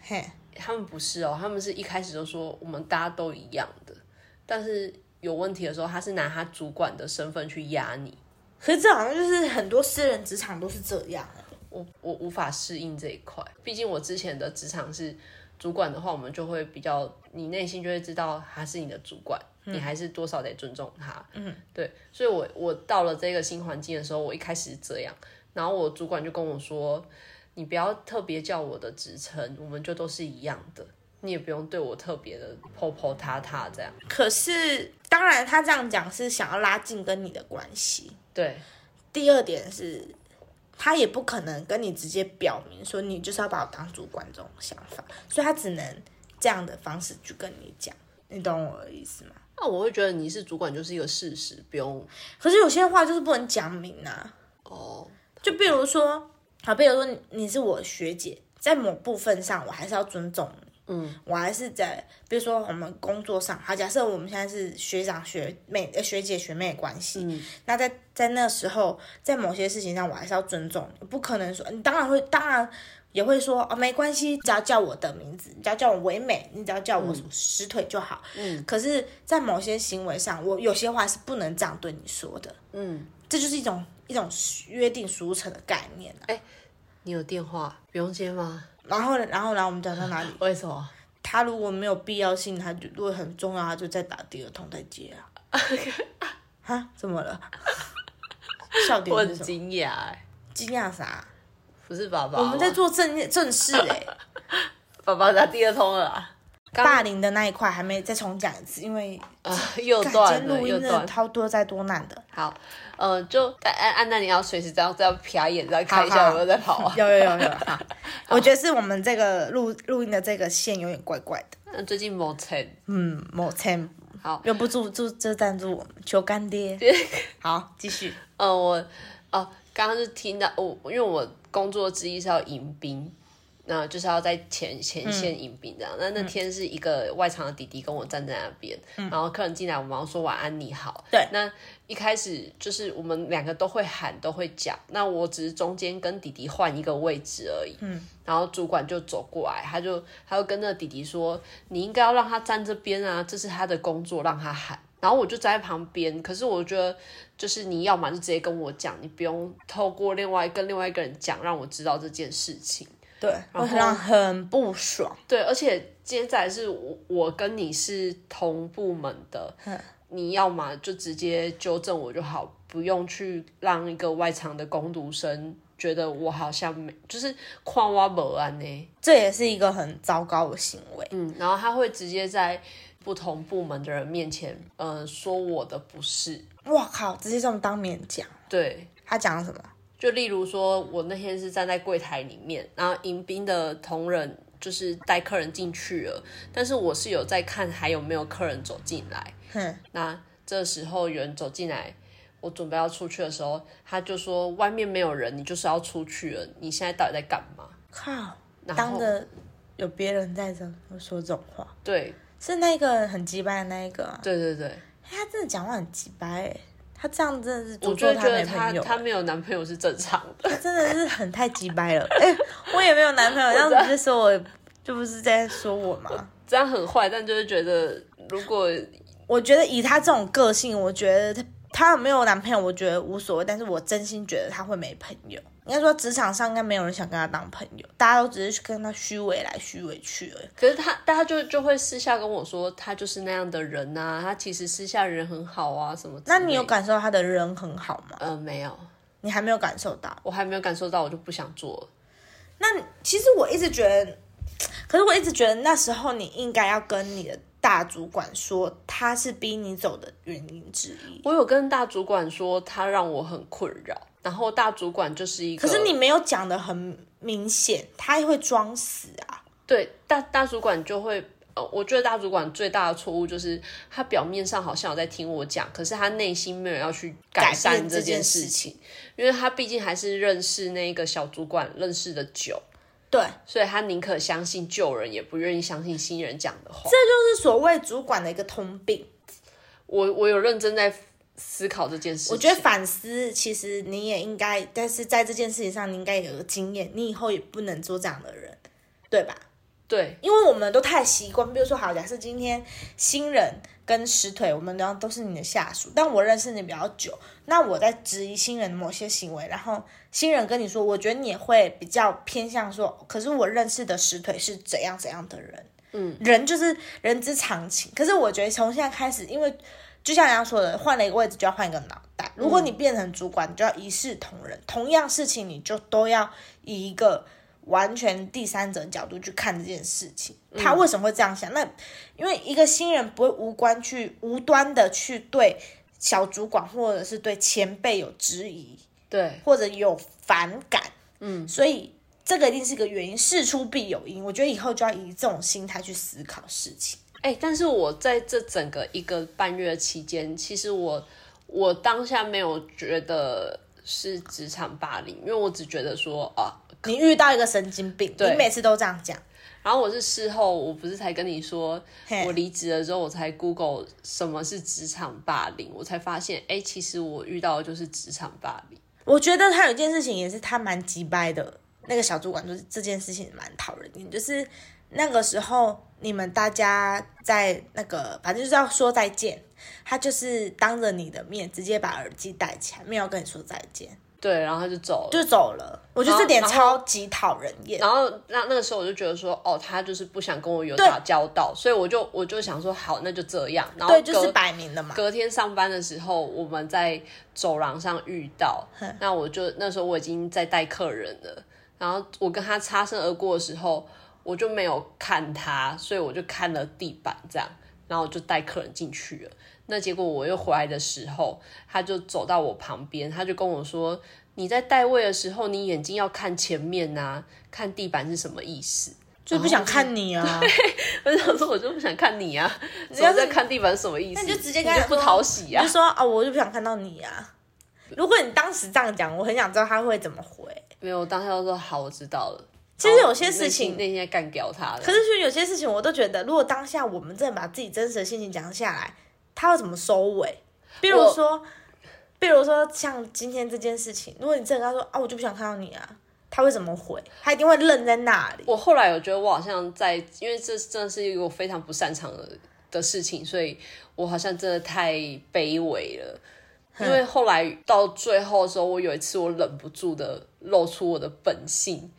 A: 嘿，
B: 他们不是哦，他们是一开始就说我们大家都一样的，但是有问题的时候，他是拿他主管的身份去压你，
A: 可是这好像就是很多私人职场都是这样啊。
B: 我我无法适应这一块。毕竟我之前的职场是主管的话，我们就会比较，你内心就会知道他是你的主管，你还是多少得尊重他。嗯，对，所以我我到了这个新环境的时候，我一开始是这样，然后我主管就跟我说，你不要特别叫我的职称，我们就都是一样的。你也不用对我特别的泼泼踏踏这样，
A: 可是当然，他这样讲是想要拉近跟你的关系。
B: 对，
A: 第二点是，他也不可能跟你直接表明说你就是要把我当主管这种想法，所以他只能这样的方式去跟你讲。你懂我的意思吗？
B: 那我会觉得你是主管就是一个事实，不用
A: 可是有些话就是不能讲明啊。
B: 哦，
A: 就比如说，好，比如说你你是我学姐，在某部分上我还是要尊重你。嗯，我还是在，比如说我们工作上，好，假设我们现在是学长学妹、呃学姐学妹的关系，那在在那时候，在某些事情上，我还是要尊重你，不可能说你当然会，当然也会说哦，没关系，只要叫我的名字，你只要叫我唯美，你只要叫我石腿就好。嗯，可是，在某些行为上，我有些话是不能这样对你说的。
B: 嗯，
A: 这就是一种一种约定俗成的概念、啊。
B: 你有电话不用接吗？
A: 然后，然后，然后我们讲到哪 里？
B: 为什么？
A: 他如果没有必要性，他就如果很重要，他就再打第二通再接啊。哈？怎么了？笑
B: 我
A: 点
B: 很
A: 是什么？
B: 惊讶哎，
A: 惊讶啥？
B: 不是爸爸，
A: 我们在做正正事哎、
B: 爸爸打第二通了啊，刚
A: 霸凌的那一块还没再重讲一次，因为
B: 啊 又
A: 感
B: 断
A: 觉
B: 了
A: 录
B: 又
A: 音真的
B: 断。
A: 超多灾多难 的。
B: 好，呃，就但安安娜，你要随时这样这样瞟眼，再看一下有没有在跑 啊。
A: 有有有有，好，我觉得是我们这个录录音的这个线有点怪怪的。
B: 那最近某层
A: 嗯，某天
B: 好，
A: 又不助助这赞助我们，求干爹。好，继续。
B: 呃，我哦，刚刚是听到我、因为我工作之一是要迎宾，那就是要在前前线迎宾这样。那、那天是一个外场的弟弟跟我站在那边，然后客人进来，我们要说晚安你好。
A: 对
B: 那一开始就是我们两个都会喊，都会讲。那我只是中间跟弟弟换一个位置而已。嗯，然后主管就走过来，他就他就跟那个弟弟说：“你应该要让他站这边啊，这是他的工作，让他喊。”然后我就站在旁边，可是我觉得就是你要嘛就直接跟我讲，你不用透过另外跟另外一个人讲，让我知道这件事情。
A: 对，我让很不爽。
B: 对，而且今天再来是我我跟你是同部门的，你要嘛就直接纠正我就好，不用去让一个外场的工读生觉得我好像没就是框挖不安呢。
A: 这也是一个很糟糕的行为。
B: 嗯，然后他会直接在不同部门的人面前，呃，说我的不是。
A: 哇靠，直接这么当面讲，
B: 对，
A: 他讲了什么？
B: 就例如说，我那天是站在柜台里面，然后迎宾的同仁就是带客人进去了，但是我是有在看还有没有客人走进来。
A: 哼，
B: 那这时候有人走进来，我准备要出去的时候，他就说外面没有人，你就是要出去了，你现在到底在干嘛？
A: 靠，
B: 然
A: 当
B: 后
A: 着有别人在这说这种话，
B: 对
A: 是那个很鸡掰的那一个、啊，
B: 对对对，
A: 哎他真的讲话很鸡掰、欸，他这样真的是
B: 我
A: 诅
B: 就
A: 咒
B: 觉
A: 他
B: 得
A: 男
B: 他
A: 朋友、
B: 他没有男朋友是正常的，
A: 他真的是很太鸡掰了。哎、我也没有男朋 友，这样子就说我，就不是在说我吗？
B: 这样很坏，但就是觉得如果
A: 我觉得以他这种个性，我觉得他他有没有男朋友，我觉得无所谓。但是我真心觉得他会没朋友。应该说职场上应该没有人想跟他当朋友，大家都只是去跟他虚伪来虚伪去而已。
B: 可是他，大家就就会私下跟我说，他就是那样的人呐、他其实私下人很好啊，什么之类
A: 那
B: 的。
A: 你有感受到他的人很好吗？
B: 呃没有，
A: 你还没有感受到，
B: 我还没有感受到，我就不想做了。
A: 那其实我一直觉得，可是我一直觉得那时候你应该要跟你的大主管说，他是逼你走的原因之一。
B: 我有跟大主管说，他让我很困扰，然后大主管就是一个，
A: 可是你没有讲的很明显，他会装死啊。
B: 对大大主管就会。呃，我觉得大主管最大的错误就是他表面上好像有在听我讲，可是他内心没有要去改
A: 改
B: 善
A: 变这
B: 这
A: 件
B: 件
A: 事
B: 事情，因为他毕竟还是认识那个小主管认识的久，
A: 对，
B: 所以他宁可相信旧人，也不愿意相信新人讲的话。
A: 这就是所谓主管的一个通病。
B: 我我有认真在思考这件事情，
A: 我觉得反思，其实你也应该，但是在这件事情上，你应该有个经验，你以后也不能做这样的人，对吧？
B: 对
A: 因为我们都太习惯，比如说，好，假设今天新人跟石腿，我们都都是你的下属，但我认识你比较久，那我在质疑新人的某些行为，然后新人跟你说，我觉得你也会比较偏向说，可是我认识的石腿是怎样怎样的人，嗯，人就是人之常情。可是我觉得从现在开始，因为就像人家说的，换了一个位置就要换一个脑袋。如果你变成主管，你就要一视同仁，同样事情你就都要以一个完全第三者的角度去看这件事情。他为什么会这样想？那因为一个新人不会无关去无端的去对小主管或者是对前辈有质疑
B: 对，
A: 或者有反感，嗯，所以这个一定是个原因，事出必有因。我觉得以后就要以这种心态去思考事情。
B: 哎、但是我在这整个一个半月期间，其实我我当下没有觉得是职场霸凌，因为我只觉得说啊，
A: 你遇到一个神经病，你
B: 对
A: 每次都这样讲，
B: 然后我是事后，我不是才跟你说
A: 嘿，
B: 我离职了之后，我才 Google 什么是职场霸凌，我才发现，哎、其实我遇到的就是职场霸凌。
A: 我觉得他有一件事情也是他蛮急掰的，那个小主管就是这件事情蛮讨人厌，就是那个时候你们大家在那个反正就是要说再见，他就是当着你的面直接把耳机戴起来，没有跟你说再见
B: 对，然后他就走了。
A: 就走了。我觉得这点
B: 然后
A: 超级讨人厌。
B: 然后那那个时候我就觉得说，哦，他就是不想跟我有打交道，所以我就我就想说，好，那就这样。然后
A: 对，
B: 隔
A: 就是摆明了嘛。
B: 隔天上班的时候，我们在走廊上遇 到，那我就那时候我已经在带客人了，然后我跟他擦身而过的时候，我就没有看他，所以我就看了地板这样，然后我就带客人进去了。那结果我又回来的时候，他就走到我旁边，他就跟我说：“你在带位的时候，你眼睛要看前面呐、啊 看地板是什么意思？”
A: 就不想看你啊！
B: 我就想说，我就不想看你啊！ 你
A: 要是
B: 在看地板是什么意思？
A: 那你就直接跟他
B: 你就
A: 讲
B: 不
A: 说
B: 讨喜
A: 你
B: 啊
A: 就！说啊、我就不想看到你啊！如果你当时这样讲，我很想知道他会怎么回。
B: 没有，我当下就说好，我知道了。
A: 其实有些事情
B: 那天干掉他了。
A: 可是其实有些事情，我都觉得，如果当下我们真的把自己真实的心情讲下来，他要怎么收尾？比如说，比如说像今天这件事情，如果你真的跟他说啊，我就不想看到你啊，他会怎么回？他一定会愣在那里。
B: 我后来我觉得我好像在，因为这真的是一个我非常不擅长的的事情，所以我好像真的太卑微了。因为嗯后来到最后的时候，我有一次我忍不住的露出我的本性，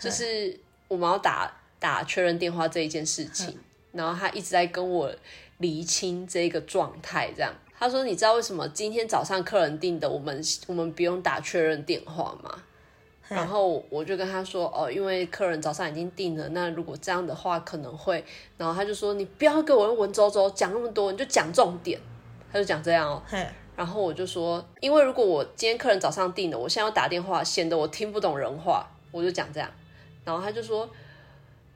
B: 就是我们要打打确认电话这一件事情，然后他一直在跟我厘清这个状态，这样。他说：“你知道为什么今天早上客人订的，我们我们不用打确认电话吗？”然后我就跟他说：“哦，因为客人早上已经订了，那如果这样的话可能会……”然后他就说：“你不要给我用文绉绉讲那么多，你就讲重点。”他就讲这样哦。
A: 嘿，
B: 然后我就说：“因为如果我今天客人早上订的，我现在要打电话，显得我听不懂人话。”我就讲这样。然后他就说：“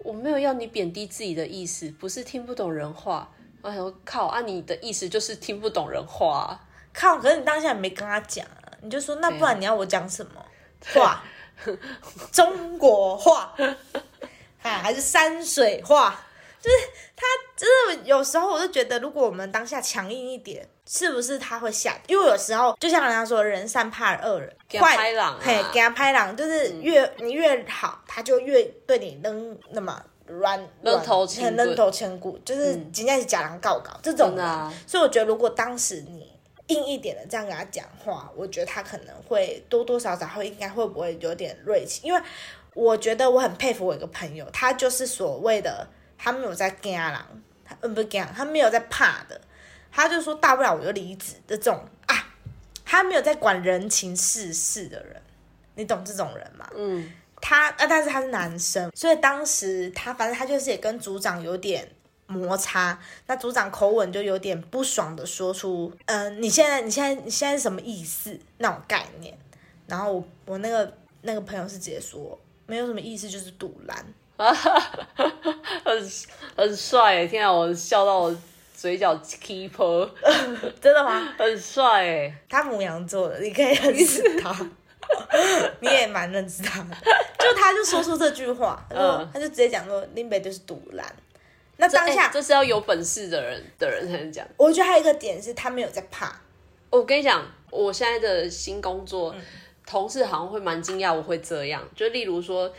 B: 我没有要你贬低自己的意思，不是听不懂人话。”然后我说：“靠啊，你的意思就是听不懂人话、啊。”
A: 靠！可是你当下也没跟他讲啊，你就说那不然你要我讲什么话？中国话，啊，还是山水话？就是有时候我就觉得，如果我们当下强硬一点，是不是他会吓？因为有时候就像人家说，人善怕恶人，
B: 给他
A: 坏
B: 拍狼啊嗯
A: 嘿，给他拍狼，就是越、你越好，他就越对你扔那么软
B: 扔头
A: 软
B: 千骨
A: 扔头千骨，就是人家是假狼告告这种
B: 嗯真的啊
A: 所以我觉得，如果当时你硬一点的这样跟他讲话，我觉得他可能会多多少少会应该会不会有点锐气，因为我觉得我很佩服我一个朋友，他就是所谓的他没有在惊狼，他嗯不是惊，他没有在怕的，他就说大不了我就离职的这种啊，他没有在管人情世事的人，你懂这种人吗？
B: 嗯，
A: 他呃，但是他是男生，所以当时他反正他就是也跟组长有点摩擦，那组长口吻就有点不爽的说出，嗯、你现在你现在你现在是什么意思那种概念，然后我我那个那个朋友是直接说没有什么意思，就是堵拦，
B: 很很帅耶！天啊，我笑到我嘴角 keeper，
A: 真的吗？
B: 很帅欸耶！
A: 他母羊座的，你可以认识他，你也蛮认识他的。就他就说出这句话，他就、
B: 嗯
A: 他就直接讲说林北就是独揽。那
B: 这
A: 当下，
B: 哎这是要有本事的人的人才能讲。
A: 我觉得还有一个点是他没有在怕，
B: 哦我跟你讲，我现在的新工作，同事好像会蛮惊讶我会这样。就例如说，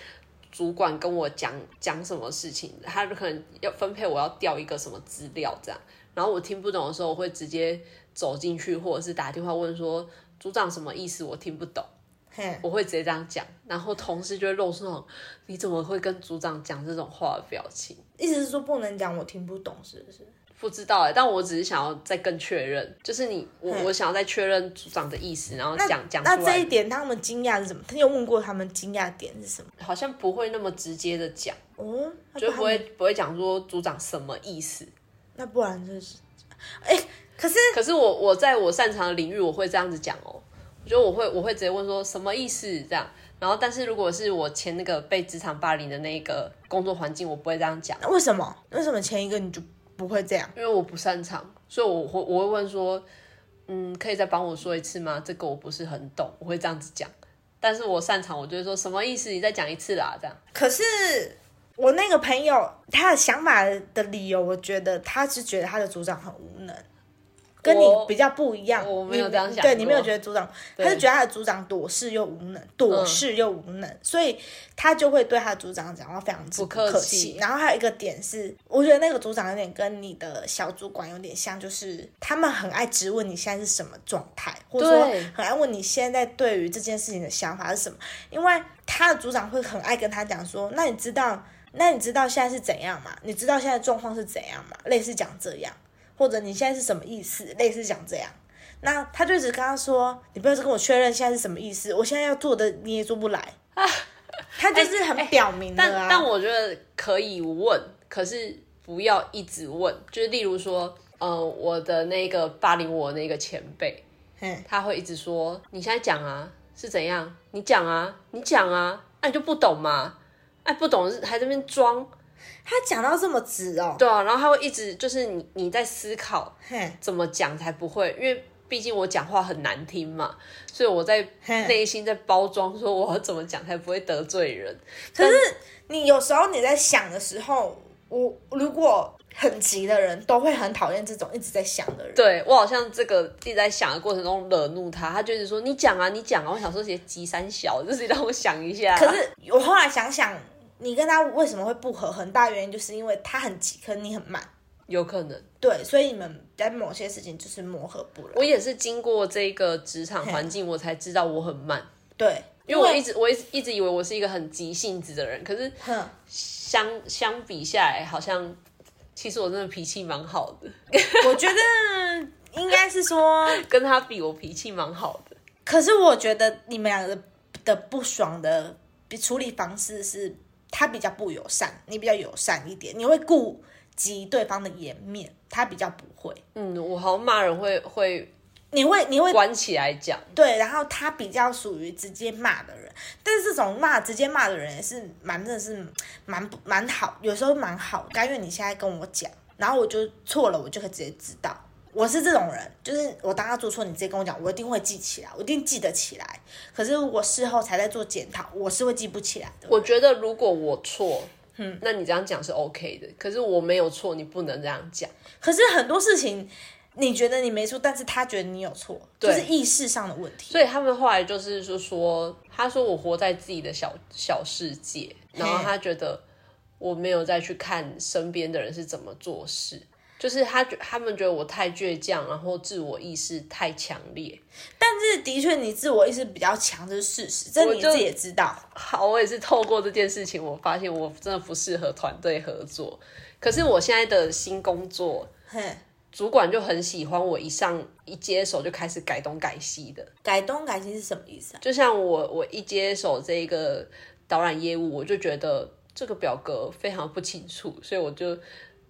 B: 主管跟我讲讲什么事情，他可能要分配我要调一个什么资料这样，然后我听不懂的时候，我会直接走进去，或者是打电话问说组长什么意思，我听不懂。
A: 嘿，
B: 我会直接这样讲，然后同事就会露出那种你怎么会跟组长讲这种话的表情。
A: 意思是说不能讲我听不懂，是不是？
B: 不知道哎、但我只是想要再更确认，就是你我我想要再确认组长的意思，然后
A: 那
B: 讲讲
A: 那
B: 出
A: 这
B: 来
A: 一，点他们惊讶是什么？他有问过他们惊讶点是什么？
B: 好像不会那么直接的讲，
A: 哦，那
B: 就
A: 不
B: 不会不会讲说组长什么意思。
A: 那不然就是，哎、可是
B: 可是我我在我擅长的领域，我会这样子讲哦，我觉得我会我会直接问说什么意思这样，然后但是如果是我前那个被职场霸凌的那个工作环境，我不会这样讲。
A: 那为什么为什么前一个你就不会这样？
B: 因为我不擅长，所以我会我会问说，嗯，可以再帮我说一次吗？这个我不是很懂，我会这样子讲。但是我擅长，我就会说什么意思？你再讲一次啦，这样。
A: 可是我那个朋友，他的想法的理由，我觉得他是觉得他的组长很无能，跟你
B: 我
A: 比较不一样。
B: 我没有
A: 你
B: 这样想
A: 对
B: 过
A: 你没有觉得组长，他
B: 对嗯
A: 就觉得他的组长躲事又无能，躲事又无能，所以他就会对他的组长讲话非常之
B: 不
A: 不
B: 客
A: 客
B: 气
A: 然后还有一个点是，我觉得那个组长有点跟你的小主管有点像，就是他们很爱质问你现在是什么状态，或者说
B: 对
A: 很爱问你现在对于这件事情的想法是什么。因为他的组长会很爱跟他讲说，那你知道，那你知道现在是怎样嘛？你知道现在状况是怎样嘛？类似讲这样，或者你现在是什么意思？类似讲这样。那他就一直跟他说，你不要再跟我确认现在是什么意思，我现在要做的你也做不来。他就是很表明的
B: 啊哎但、
A: 啊。
B: 但我觉得可以问，可是不要一直问。就是例如说，呃，我的那个霸凌我的那个前辈，
A: 嘿
B: 他会一直说：“你现在讲啊，是怎样？你讲啊，你讲啊，那、你就不懂嘛？哎、不懂是还在那边装，
A: 他讲到这么直哦，
B: 对啊。”然后他会一直就是你你在思考，
A: 嘿，
B: 怎么讲才不会，因为毕竟我讲话很难听嘛，所以我在
A: 嘿
B: 内心在包装，说我要怎么讲才不会得罪人。
A: 可是你有时候你在想的时候，我如果很急的人都会很讨厌这种一直在想的人。
B: 对我好像这个一直在想的过程中惹怒他，他就是说你讲啊，你讲啊。我想说些鸡三小， 就是让我想一下。啊
A: 可是我后来想想，你跟他为什么会不合，很大原因就是因为他很急，可是你很慢。
B: 有可能，
A: 对，所以你们在某些事情就是磨合不来。
B: 我也是经过这个职场环境，我才知道我很慢。
A: 对，
B: 因为我一直我一直一直以为我是一个很急性子的人，可是
A: 哼，
B: 相相比下来，好像其实我真的脾气蛮好的，
A: 我觉得应该是说，
B: 跟他比我脾气蛮好的。
A: 可是我觉得你们两个的不爽的处理方式是，他比较不友善，你比较友善一点，你会顾及对方的颜面，他比较不会。
B: 嗯，我好像骂人会会
A: 你会你会
B: 关起来讲，
A: 对，然后他比较属于直接骂的人，但是这种骂直接骂的人也是蛮真的是蛮不蛮好，有时候蛮好。甘愿你现在跟我讲，然后我就错了，我就可以直接知道。我是这种人，就是我当他做错，你直接跟我讲，我一定会记起来，我一定记得起来。可是如果事后才在做检讨，我是会记不起来的。
B: 我觉得如果我错，嗯，那你这样讲是 OK 的。可是我没有错，你不能这样讲。
A: 可是很多事情，你觉得你没错，但是他觉得你有错，就是意识上的问题。
B: 所以他们后来就是说说，他说我活在自己的小小世界，然后他觉得我没有再去看身边的人是怎么做事，就是他觉他们觉得我太倔强，然后自我意识太强烈。
A: 但是的确，你自我意识比较强，这是事实，这
B: 我
A: 你
B: 就
A: 自己也知道。
B: 好，我也是透过这件事情，我发现我真的不适合团队合作。可是我现在的新工作，
A: 嘿。
B: 主管就很喜欢我，一上一接手就开始改东改西的。
A: 改东改西是什么意思啊？
B: 就像我我一接手这个导览业务，我就觉得这个表格非常不清楚，所以我就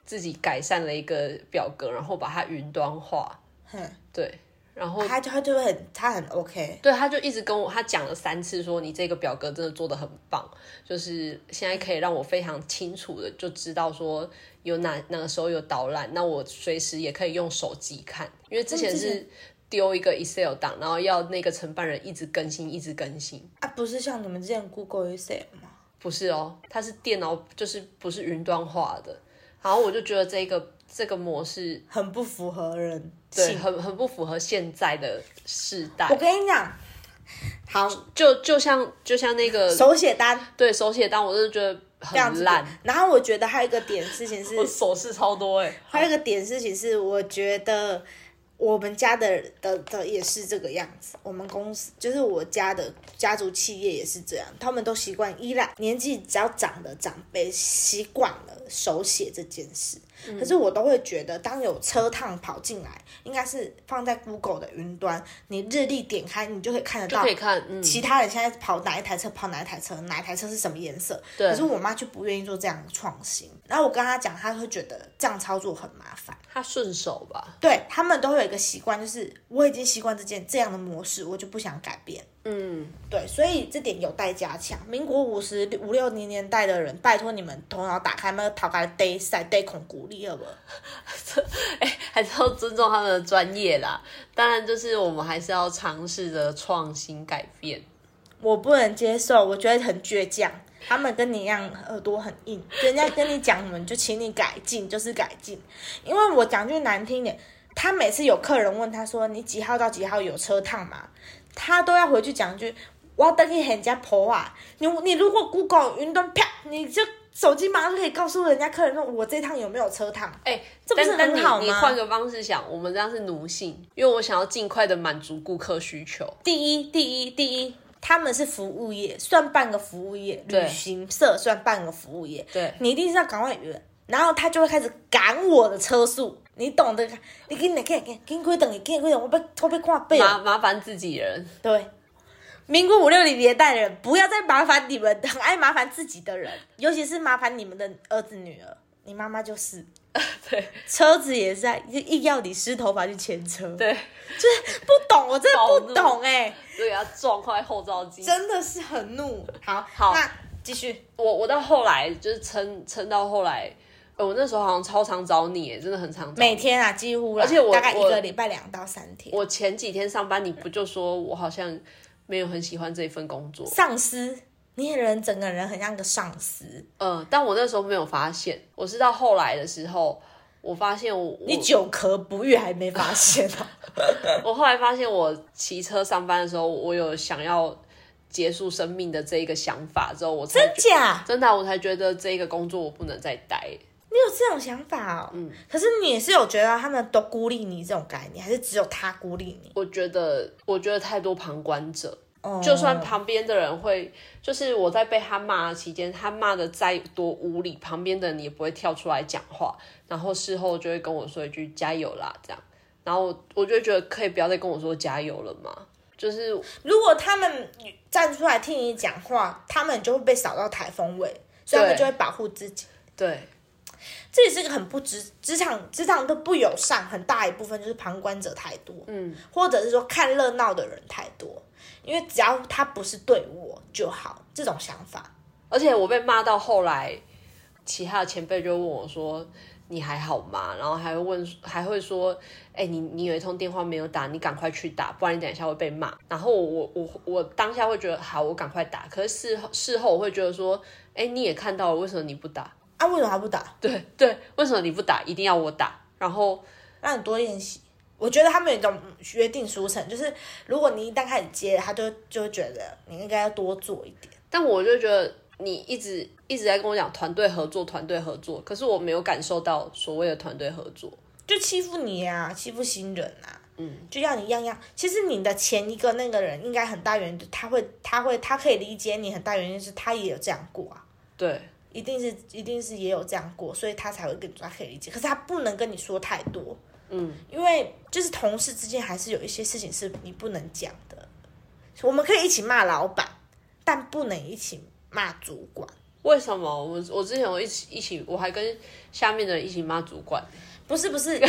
B: 自己改善了一个表格，然后把它云端化。
A: 哼，
B: 对，然后
A: 他他就会很他很 OK，
B: 对，他就一直跟我，他讲了三次，说你这个表格真的做的很棒，就是现在可以让我非常清楚的就知道说有哪哪个时候有导览，那我随时也可以用手机看，因为之
A: 嗯
B: 前
A: 之
B: 是丢一个 Excel 档，然后要那个承办人一直更新，一直更新。
A: 啊，不是像你们之前 Google Excel 吗？
B: 不是哦，它是电脑，就是不是云端化的。然后我就觉得这个这个模式，
A: 很不符合人
B: 对，
A: 性。
B: 很很不符合现在的世代
A: 我。跟你讲，好
B: 就就像就像那个
A: 手写单
B: 对手写单，我就觉得
A: 这样
B: 很
A: 子
B: 烂。。
A: 然后我觉得还有一个点事情是，
B: 我手势超多哎、
A: 还有一个点事情是，我觉得我们家的的的也是这个样子。我们公司就是我家的家族企业也是这样，他们都习惯依赖年纪只要长的长辈习惯了手写这件事。
B: 嗯
A: 可是我都会觉得，当有车趟跑进来，应该是放在 Google 的云端，你日历点开，你就可以看得
B: 就
A: 到
B: 可以看，嗯，
A: 其他人现在跑哪一台车，跑哪一台车，哪一台车是什么颜色。
B: 对
A: 可是我妈就不愿意做这样的创新。然后我跟她讲，她会觉得这样操作很麻烦。
B: 他顺手吧，
A: 对他们都会有一个习惯，就是我已经习惯这件这样的模式，我就不想改变。
B: 嗯，
A: 对，所以这点有待加强。民国五十五六零年代的人，拜托你们头脑打开，那个头开 day 晒 day 恐鼓励了不？
B: 还是要尊重他们的专业啦。当然，就是我们还是要尝试着创新改变。
A: 我不能接受，我觉得很倔强。他们跟你一样耳朵很硬，人家跟你讲什么你就请你改进，就是改进。因为我讲句难听点，他每次有客人问他说你几号到几号有车趟嘛，他都要回去讲一句我要登去人家婆啊。你你如果 Google 云端啪，你就手机马上就可以告诉人家客人说我这趟有没有车趟。
B: 哎、
A: 这不是
B: 但但
A: 很好
B: 你你
A: 吗
B: 换个方式想，我们这样是奴性，因为我想要尽快的满足顾客需求。
A: 第一，第一，第一，他们是服务业，算半个服务业，
B: 对
A: 旅行社算半个服务业。
B: 对
A: 你一定是要赶快约，然后他就会开始赶我的车速，你懂得？你给你给给给你等，你给你等，我被我被看背
B: 麻
A: 了。
B: 麻烦自己人，
A: 对，民国五六零年代的人，不要再麻烦你们很爱麻烦自己的人，尤其是麻烦你们的儿子女儿。你妈妈就是
B: 对
A: 车子也是在硬要你湿头发去牵车，
B: 对，
A: 就是不懂，我真的不
B: 恼怒
A: 懂哎、
B: 所以要撞坏后照镜。
A: 真的是很怒。好，
B: 好
A: 那继续。
B: 我我到后来就是撑撑到后来，呃我那时候好像超常找你欸耶，真的很常找你。
A: 每天啊，几乎啦，
B: 而且我
A: 大概一
B: 我
A: 个礼拜两到三天。
B: 我前几天上班，你不就说我好像没有很喜欢这一份工作？
A: 上司，你的人整个人很像个上司，
B: 嗯，但我那时候没有发现，我是到后来的时候，我发现我
A: 你久咳不愈还没发现 啊？
B: 我我后来发现我骑车上班的时候，我有想要结束生命的这一个想法之后，我才
A: 真
B: 觉
A: 假？
B: 真的啊、我才觉得这个工作我不能再待。
A: 你有这种想法哦？嗯。可是你也是有觉得他们都孤立你这种概念，还是只有他孤立你？
B: 我觉得，我觉得太多旁观者，
A: 哦
B: 就算旁边的人会，就是我在被他骂的期间，他骂的再多无理，旁边的人也不会跳出来讲话，然后事后就会跟我说一句加油啦这样，然后我我就会觉得可以不要再跟我说加油了嘛，就是
A: 如果他们站出来听你讲话，他们就会被扫到台风尾，所以他们
B: 对
A: 就会保护自己。
B: 对
A: 这也是个很不职职场职场的不友善，很大一部分就是旁观者太多，嗯，或者是说看热闹的人太多，因为只要他不是对我就好，这种想法。
B: 而且我被骂到后来，其他的前辈就问我说：“你还好吗？”然后还会问，还会说：“哎、你你有一通电话没有打，你赶快去打，不然你等一下会被骂。”然后我我我我当下会觉得好，我赶快打。可是事后事后我会觉得说：“哎、你也看到了，为什么你不打？
A: 啊，为什么还不打？
B: 对对，为什么你不打？一定要我打？”然后
A: 让你多练习。我觉得他们有一种约定俗成，就是如果你一旦开始接，他就就会觉得你应该要多做一点。
B: 但我就觉得你一直一直在跟我讲团队合作，团队合作，可是我没有感受到所谓的团队合作。
A: 就欺负你啊，欺负新人啊，嗯，就要你样样。其实你的前一个那个人应该很大原因，他会他会他可以理解你，很大原因是他也有这样过啊，
B: 对，
A: 一定是一定是也有这样过，所以他才会跟你说他可以理解，可是他不能跟你说太多，嗯，因为就是同事之间还是有一些事情是你不能讲的，我们可以一起骂老板，但不能一起骂主管，
B: 为什么？我我之前我一起一起，我还跟下面的人一起骂主管，
A: 不是不 是，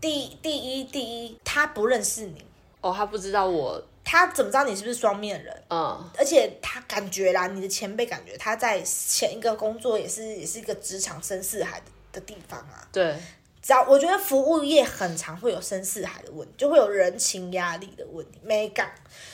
A: 第第一第一，他不认识你，
B: 哦，他不知道我，
A: 他怎么知道你是不是双面人？
B: 嗯，
A: 而且他感觉啦，你的前辈感觉他在前一个工作也是也是一个职场深似海的的地方啊。
B: 对，
A: 只要我觉得服务业很常会有深似海的问题，就会有人情压力的问题，没感。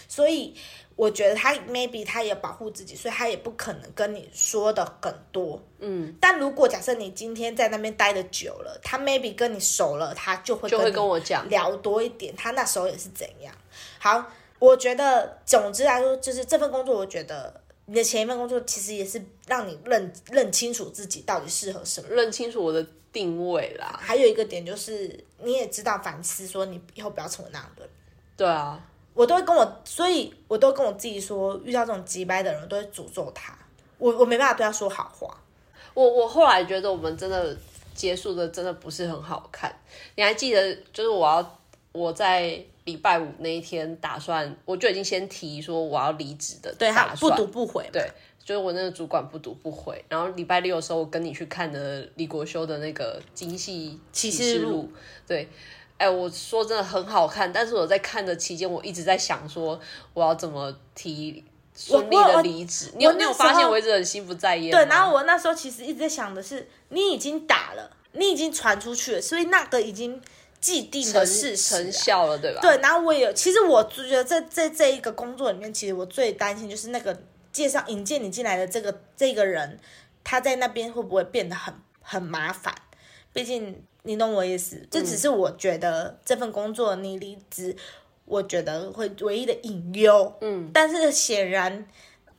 A: 所以我觉得他 maybe 他也保护自己，所以他也不可能跟你说的很多。
B: 嗯，
A: 但如果假设你今天在那边待的久了，他 maybe 跟你熟了，他就会
B: 就会
A: 你
B: 跟我讲，
A: 聊多一点，他那时候也是怎样。好，我觉得总之来说，就是这份工作，我觉得你的前一份工作其实也是让你认认清楚自己到底适合什么。
B: 认清楚我的定位啦，
A: 还有一个点就是，你也知道反思，说你以后不要成为那样的人。
B: 对啊，
A: 我都会跟我，所以我都跟我自己说，遇到这种急掰的人，我都会诅咒他。我我没办法对他说好话，
B: 我我后来觉得我们真的结束的真的不是很好看。你还记得，就是我要我在礼拜五那一天打算，我就已经先提说我要离职的
A: 对他
B: 打
A: 不
B: 算，
A: 读不回。
B: 对，就是我那个主管不读不回。然后礼拜六的时候，我跟你去看了李国修的那个《京戏
A: 启
B: 示
A: 示录》，
B: 对。哎、我说真的很好看，但是我在看的期间，我一直在想说我要怎么提顺利
A: 我我
B: 的离职。你有
A: 我
B: 你
A: 那
B: 有
A: 时候
B: 发现我一直很心不在焉吗？
A: 对，然后我那时候其实一直在想的是，你已经打了，你已经传出去了，所以那个已经既定的
B: 成
A: 事实、
B: 成
A: 啊。
B: 效了，对吧？
A: 对，然后我也有，其实我觉得在在这一个工作里面，其实我最担心就是那个介绍引荐你进来的这个这个人，他在那边会不会变得很很麻烦？毕竟你懂我意思，这只是我觉得这份工作你离职，我觉得会唯一的隐忧。
B: 嗯，
A: 但是显然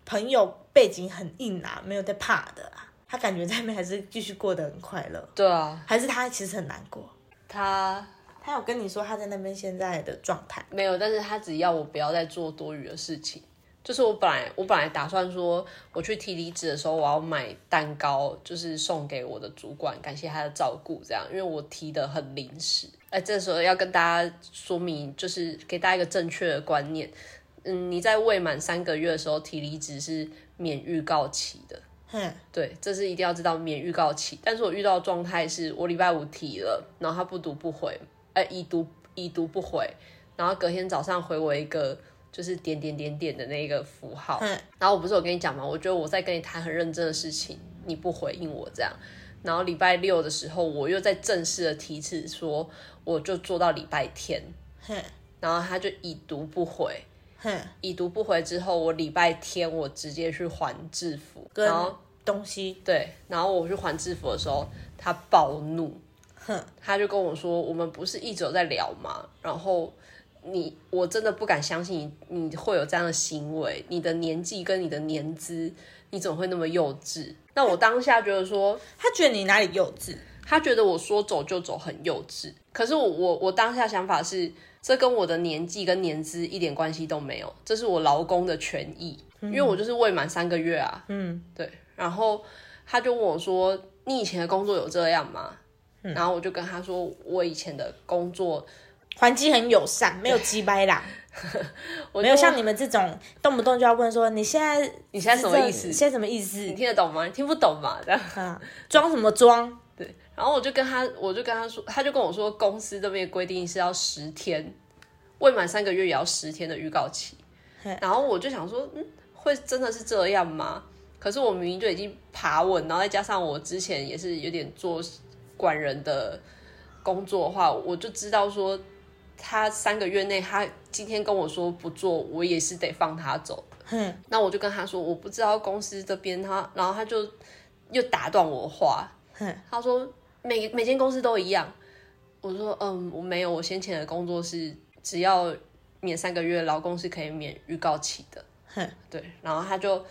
A: 朋友背景很硬啊，没有在怕的啊，他感觉在那边还是继续过得很快乐，
B: 对啊，
A: 还是他其实很难过。
B: 他
A: 他有跟你说他在那边现在的状态？
B: 没有，但是他只要我不要再做多余的事情。就是我本来我本来打算说，我去提离职的时候，我要买蛋糕，就是送给我的主管，感谢他的照顾，这样，因为我提的很临时。哎，这时候要跟大家说明，就是给大家一个正确的观念，嗯，你在未满三个月的时候提离职是免预告期的，
A: 哼，
B: 对，这是一定要知道免预告期。但是我遇到的状态是我礼拜五提了，然后他不读不回，呃，已读已读不回，然后隔天早上回我一个就是点点点点的那个符号。
A: 嗯
B: 然后我不是有跟你讲嘛，我觉得我在跟你谈很认真的事情，你不回应我这样。然后礼拜六的时候，我又在正式的提示说，我就做到礼拜天，
A: 哼，
B: 然后他就已读不回。
A: 哼，
B: 已读不回之后，我礼拜天我直接去还制服，
A: 跟
B: 然后
A: 东西，
B: 对，然后我去还制服的时候，他暴怒，
A: 哼，
B: 他就跟我说：“我们不是一直有在聊吗？然后你，我真的不敢相信你，你会有这样的行为。你的年纪跟你的年资，你怎么会那么幼稚？”那我当下觉得说，
A: 他觉得你哪里幼稚？
B: 他觉得我说走就走很幼稚。可是我我我当下想法是，这跟我的年纪跟年资一点关系都没有，这是我劳工的权益，因为我就是未满三个月啊。
A: 嗯，
B: 对，然后他就问我说：“你以前的工作有这样吗？”然后我就跟他说：“我以前的工作，
A: 环境很友善，没有鸡掰啦，
B: 我
A: 没有
B: 就
A: 像你们这种动不动就要问说你现在
B: 你现在什么意思
A: 你现在什么意思
B: 你听得懂吗？你听不懂嘛？”这样
A: 啊？装什么装？
B: 对，然后我就跟他，我就跟他说，他就跟我说，公司这边的规定是要十天，未满三个月也要十天的预告期
A: 嘿。
B: 然后我就想说，嗯，会真的是这样吗？可是我明明就已经爬稳，然后再加上我之前也是有点做管人的工作的话，我就知道说，他三个月内他今天跟我说不做，我也是得放他走。
A: 哼，
B: 那我就跟他说，我不知道公司这边他，然后他就又打断我话
A: 哼，
B: 他说每每间公司都一样。我说嗯，我没有，我先前的工作是只要免三个月，劳工是可以免预告期的。
A: 哼，
B: 对，然后他就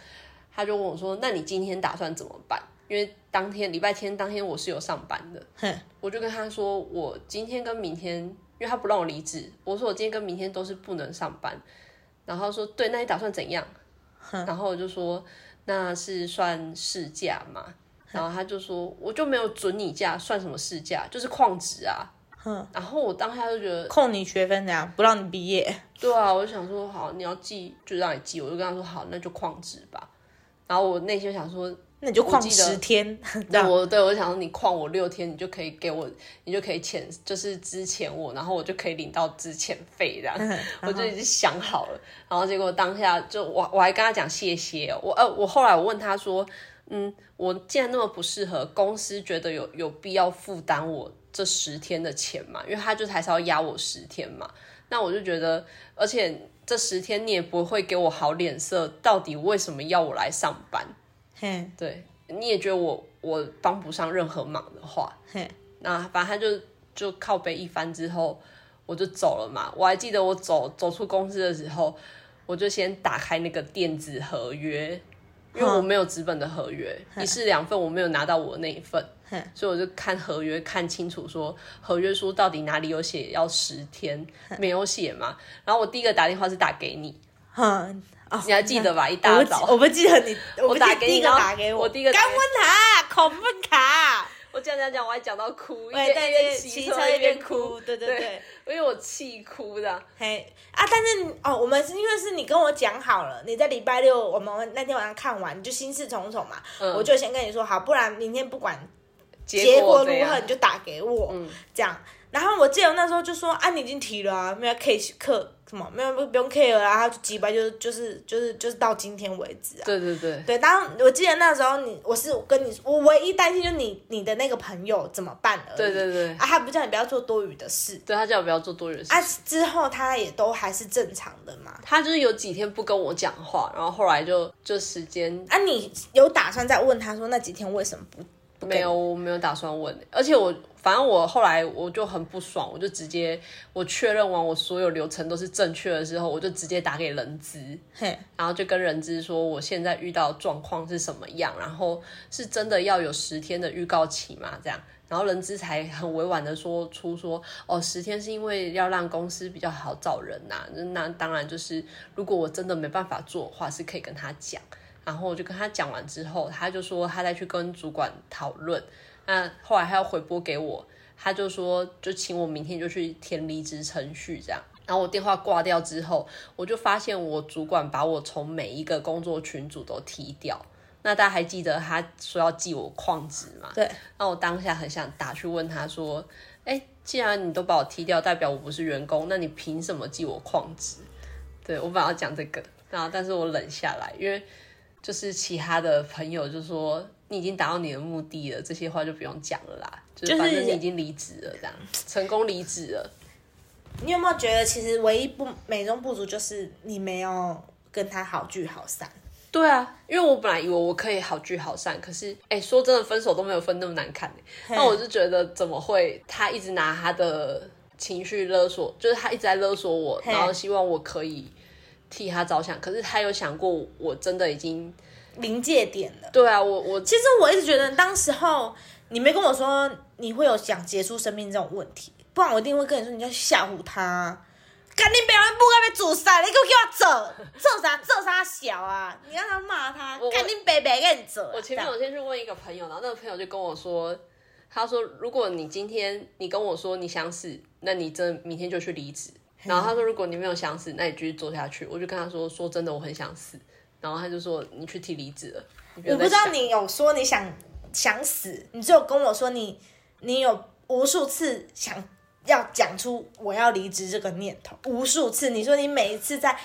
B: 他就问我说，那你今天打算怎么办？因为当天礼拜天当天我是有上班的，
A: 哼，
B: 我就跟他说，我今天跟明天，因为他不让我离职，我说我今天跟明天都是不能上班。然后他说，对，那你打算怎样？然后我就说，那是算事假嘛？然后他就说，我就没有准你假，算什么事假？就是旷职啊。然后我当下就觉得，
A: 扣你学分怎样？不让你毕业？
B: 对啊，我就想说，好，你要记就让你记。我就跟他说，好，那就旷职吧。然后我内心想说，
A: 那你就旷
B: 记得
A: 十天， 这
B: 对
A: 样
B: 我对我想说你旷我六天，你就可以给我，你就可以遣，就是支遣我，然后我就可以领到支遣费这样，我就已经想好了。然后结果当下就我我还跟他讲谢谢哦，我呃我后来我问他说，嗯，我既然那么不适合，公司觉得有有必要负担我这十天的钱嘛？因为他就还是要压我十天嘛。那我就觉得，而且这十天你也不会给我好脸色，到底为什么要我来上班？
A: 嘿，
B: 对，你也觉得我我帮不上任何忙的话，
A: 嘿，
B: 那反正他就就靠背一番之后，我就走了嘛。我还记得我走走出公司的时候，我就先打开那个电子合约，因为我没有纸本的合约，一式两份，我没有拿到我那一份
A: 哼，
B: 所以我就看合约看清楚说合约书到底哪里有写要十天，没有写嘛。然后我第一个打电话是打给你，
A: 哼，哦
B: 你还记得吧？一
A: 我
B: 大
A: 不记
B: 早。
A: 我不记得你，我不记
B: 打
A: 得
B: 给
A: 第一
B: 你
A: 个
B: 然后
A: 打给
B: 我第一个打
A: 干
B: 给
A: 问卡、恐问卡，
B: 我讲讲讲，我还讲到哭，一
A: 对，
B: 边
A: 在
B: 一
A: 那边
B: 边
A: 骑
B: 哎骑
A: 车
B: 车
A: 一
B: 一
A: 边
B: 边
A: 哭，
B: 哭，
A: 对对对。
B: 因为我气哭的。
A: 嘿啊！但是你哦，我们是因为是你跟我讲好了，你在礼拜六我们那天晚上看完，你就心事重重嘛，
B: 嗯
A: 我就先跟你说好，不然明天不管果
B: 结怎
A: 如何你
B: 样？
A: 就打给我，
B: 嗯
A: 这样。然后我记得我那时候就说啊，你已经提了啊，没有 care 课什么，没有不不用 care 啊，他就几百就是就是就是就是到今天为止啊。
B: 对对对，
A: 对，当然我记得那时候你我是跟你我唯一担心就是你你的那个朋友怎么办而已。
B: 对对对
A: 啊，他不叫你不要做多余的事
B: 对他叫我不要做多余的事。
A: 啊，之后他也都还是正常的嘛。
B: 他就是有几天不跟我讲话，然后后来就就时间
A: 啊，你有打算再问他说那几天为什么不不跟
B: 没有，我没有打算问。而且我反正我后来我就很不爽，我就直接我确认完我所有流程都是正确的之后，我就直接打给人资。
A: 嘿，
B: 然后就跟人资说我现在遇到的状况是什么样，然后是真的要有十天的预告期嘛？这样，然后人资才很委婉的说出说，哦，十天是因为要让公司比较好找人呐、那当然就是如果我真的没办法做的话，是可以跟他讲。然后我就跟他讲完之后，他就说他再去跟主管讨论。那后来他要回拨给我，他就说就请我明天就去填离职程序这样。然后我电话挂掉之后，我就发现我主管把我从每一个工作群组都踢掉。那大家还记得他说要记我旷职吗？
A: 对。
B: 那我当下很想打去问他说：“哎、既然你都把我踢掉，代表我不是员工，那你凭什么记我旷职？”对我本来要讲这个，然后但是我忍下来，因为就是其他的朋友就说你已经达到你的目的了，这些话就不用讲了啦，就是
A: 就是
B: 反正你已经离职了，这样成功离职了。
A: 你有没有觉得其实唯一不美中不足就是你没有跟他好聚好散？
B: 对啊，因为我本来以为我可以好聚好散，可是哎、说真的，分手都没有分那么难看欸那我就觉得怎么会他一直拿他的情绪勒索，就是他一直在勒索我，
A: 嘿
B: 然后希望我可以替他着想，可是他有想过我真的已经
A: 临界点了。
B: 对啊，我我
A: 其实我一直觉得，当时候你没跟我说你会有想结束生命这种问题，不然我一定会跟你说你要吓唬他。啊肯定别人不该被煮杀，你给我给我走，做啥做啥小啊！你让他骂他
B: 我，
A: 肯定白白给你走啊。
B: 我哦前面
A: 这样
B: 我先去问一个朋友，然后那个朋友就跟我说，他说如果你今天你跟我说你想死，那你真的明天就去离职。然后他说如果你没有想死，那你继续做下去。我就跟他说，说真的，我很想死。然后他就说你去提离职了。你
A: 我
B: 要
A: 不
B: 再
A: 知道
B: 想
A: 你有说你想想死，你只有跟我说你你有无数次想要讲出我要离职这个念头，无数次。你说你每一次在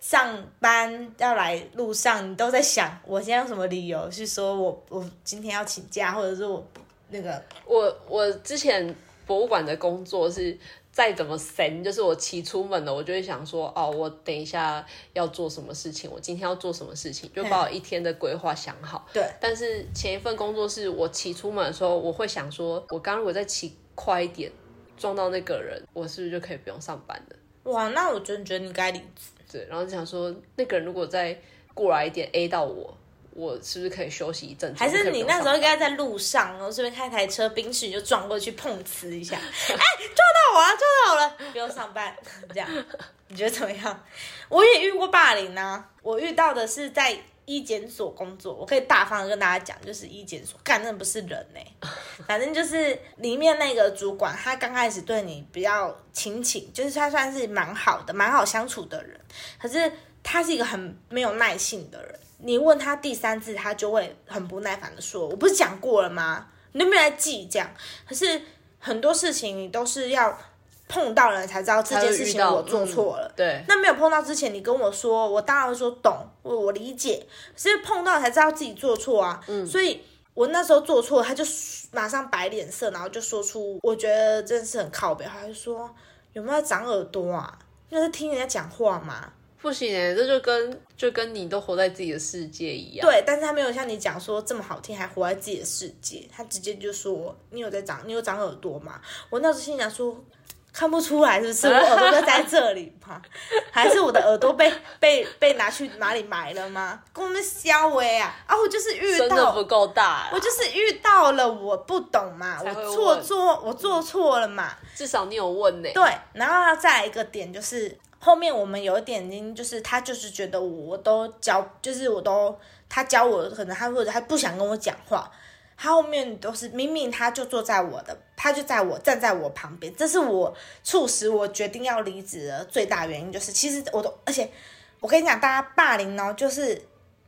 A: 上班要来路上，你都在想我今天用什么理由去说我我今天要请假，或者是我那个
B: 我我之前博物馆的工作是再怎么神，就是我骑出门了，我就会想说，哦，我等一下要做什么事情，我今天要做什么事情，就把我一天的规划想好。
A: 对，
B: 但是前一份工作是我骑出门的时候，我会想说，我刚刚如果再骑快一点，撞到那个人，我是不是就可以不用上班了？
A: 哇，那我真的觉得你该离职。
B: 对，然后就想说，那个人如果再过来一点 A 到我，我是不是可以休息一阵子？
A: 还
B: 我可
A: 是
B: 以不
A: 你
B: 用
A: 那
B: 上
A: 时候应
B: 班
A: 该在路上，然后顺便开台车，冰室你就撞过去碰瓷一下，哎、撞到我啊，撞到我了，不用上班，这样你觉得怎么样？我也遇过霸凌啊，我遇到的是在医检所工作，我可以大方的跟大家讲，就是医检所干那不是人呢、欸反正就是里面那个主管，他刚开始对你比较亲情，就是他算是蛮好的、蛮好相处的人，可是他是一个很没有耐性的人。你问他第三次，他就会很不耐烦的说：“我不是讲过了吗？你都没来记这样。”可是很多事情你都是要碰到人才知道这件事情
B: 才会遇到
A: 我做错了
B: 嗯。对，
A: 那没有碰到之前，你跟我说，我当然会说懂，我我理解。可是碰到才知道自己做错啊，所以我那时候做错，他就马上摆脸色，然后就说出我觉得真的是很靠北，他就说有没有长耳朵啊？那是听人家讲话嘛。
B: 不行哎、这就跟就跟你都活在自己的世界一样。
A: 对，但是他没有像你讲说这么好听，还活在自己的世界。他直接就说：“你有在长，你有长耳朵吗？”我那时候心想说：“看不出来是不是？我耳朵就在这里吗？还是我的耳朵被被被拿去哪里埋了吗？”跟我们消微啊！啊，我就是遇
B: 真的
A: 到
B: 不够大啦，啊
A: 我就是遇到了，我不懂嘛，我
B: 会
A: 做
B: 问
A: 错，我做错了嘛。
B: 至少你有问呢、哎
A: 对，然后再来一个点就是，后面我们有一点已经就是他就是觉得我都教，就是我都他教我，可能他或者他不想跟我讲话，他后面都是明明他就坐在我的，他就在我站在我旁边，这是我促使我决定要离职的最大原因，就是其实我都，而且我跟你讲，大家霸凌呢，就是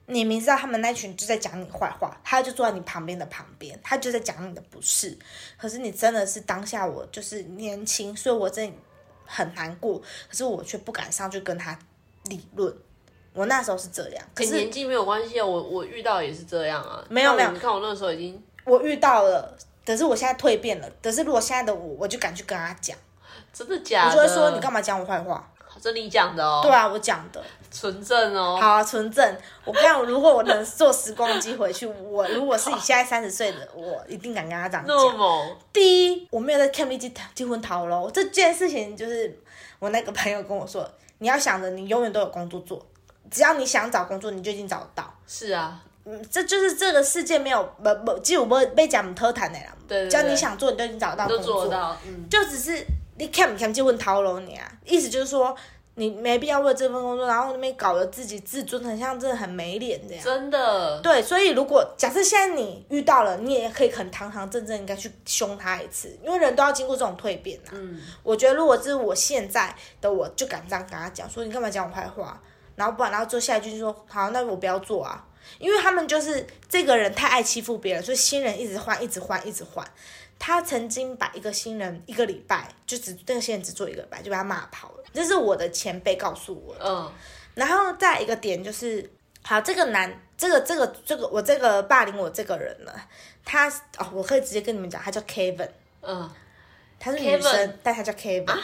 A: 你明知道他们那群就在讲你坏话，他就坐在你旁边的旁边，他就在讲你的不是。可是你真的是当下我就是年轻，所以我真的很难过，可是我却不敢上去跟他理论。我那时候是这样，可
B: 欸
A: 是
B: 年纪没有关系啊，我我遇到也是这样啊。
A: 没有
B: 那我
A: 没有
B: 你看我那时候已经
A: 我遇到了，可是我现在蜕变了。可是如果现在的我，我就敢去跟他讲，
B: 真的假
A: 我
B: 的，
A: 就会说你干嘛讲我坏话？
B: 这你讲的哦，
A: 对啊，我讲的。
B: 纯正哦，
A: 好啊，纯正。我跟你讲，如果我能坐时光机回去，我如果是你现在三十岁的，我一定敢跟他这样讲。
B: 那么
A: 第一，我没有在 c a m 结结婚逃喽。这件事情就是我那个朋友跟我说，你要想着你永远都有工作做，只要你想找工作，你就已经找得到。
B: 是啊，
A: 嗯，这就是这个世界没有不不，即我不被讲特谈的啦。
B: 对对
A: 只要你
B: 对
A: 想做，你就已经找得到
B: 都
A: 工作
B: 做。到，嗯，
A: 就只是你 can 不 can 就问掏楼你啊，意思就是说你没必要为这份工作，然后那边搞得自己自尊很像真的很没脸这样。
B: 真的，
A: 对，所以如果假设现在你遇到了，你也可以很堂堂正正应该去凶他一次，因为人都要经过这种蜕变啊。
B: 嗯，
A: 我觉得如果是我现在的我，就敢这样跟他讲，说你干嘛讲我坏话，然后不然然后做下一句就说好，那我不要做啊，因为他们就是这个人太爱欺负别人，所以新人一直换，一直换，一直换。他曾经把一个新人一个礼拜就只那个新人只做一个礼拜就把他骂跑了，这是我的前辈告诉我的。
B: 嗯，
A: 然后再一个点就是，好，这个男，这个这个这个，我这个霸凌我这个人呢，他哦，我可以直接跟你们讲，他叫 Kevin，
B: 嗯，
A: 他是女
B: Kevin 啊
A: 生，但他叫 Kevin，、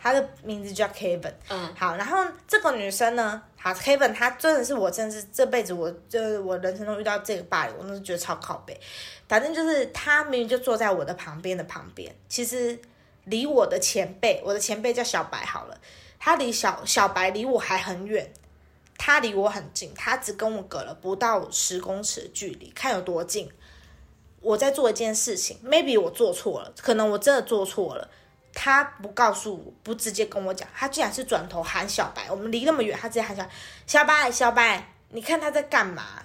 A: 他的名字就叫 Kevin。
B: 嗯，
A: 好，然后这个女生呢，好，Kevin，她真的是我，真的是这辈子我就是我人生中遇到这个霸凌，我真是觉得超靠背。反正就是她明明就坐在我的旁边的旁边，其实离我的前辈，我的前辈叫小白好了，他离小小白离我还很远，他离我很近，他只跟我隔了不到十公尺的距离，看有多近。我在做一件事情，maybe 我做错了，可能我真的做错了，他不告诉我，不直接跟我讲，他竟然是转头喊小白，我们离那么远，他直接喊小白，小白，小白，你看他在干嘛？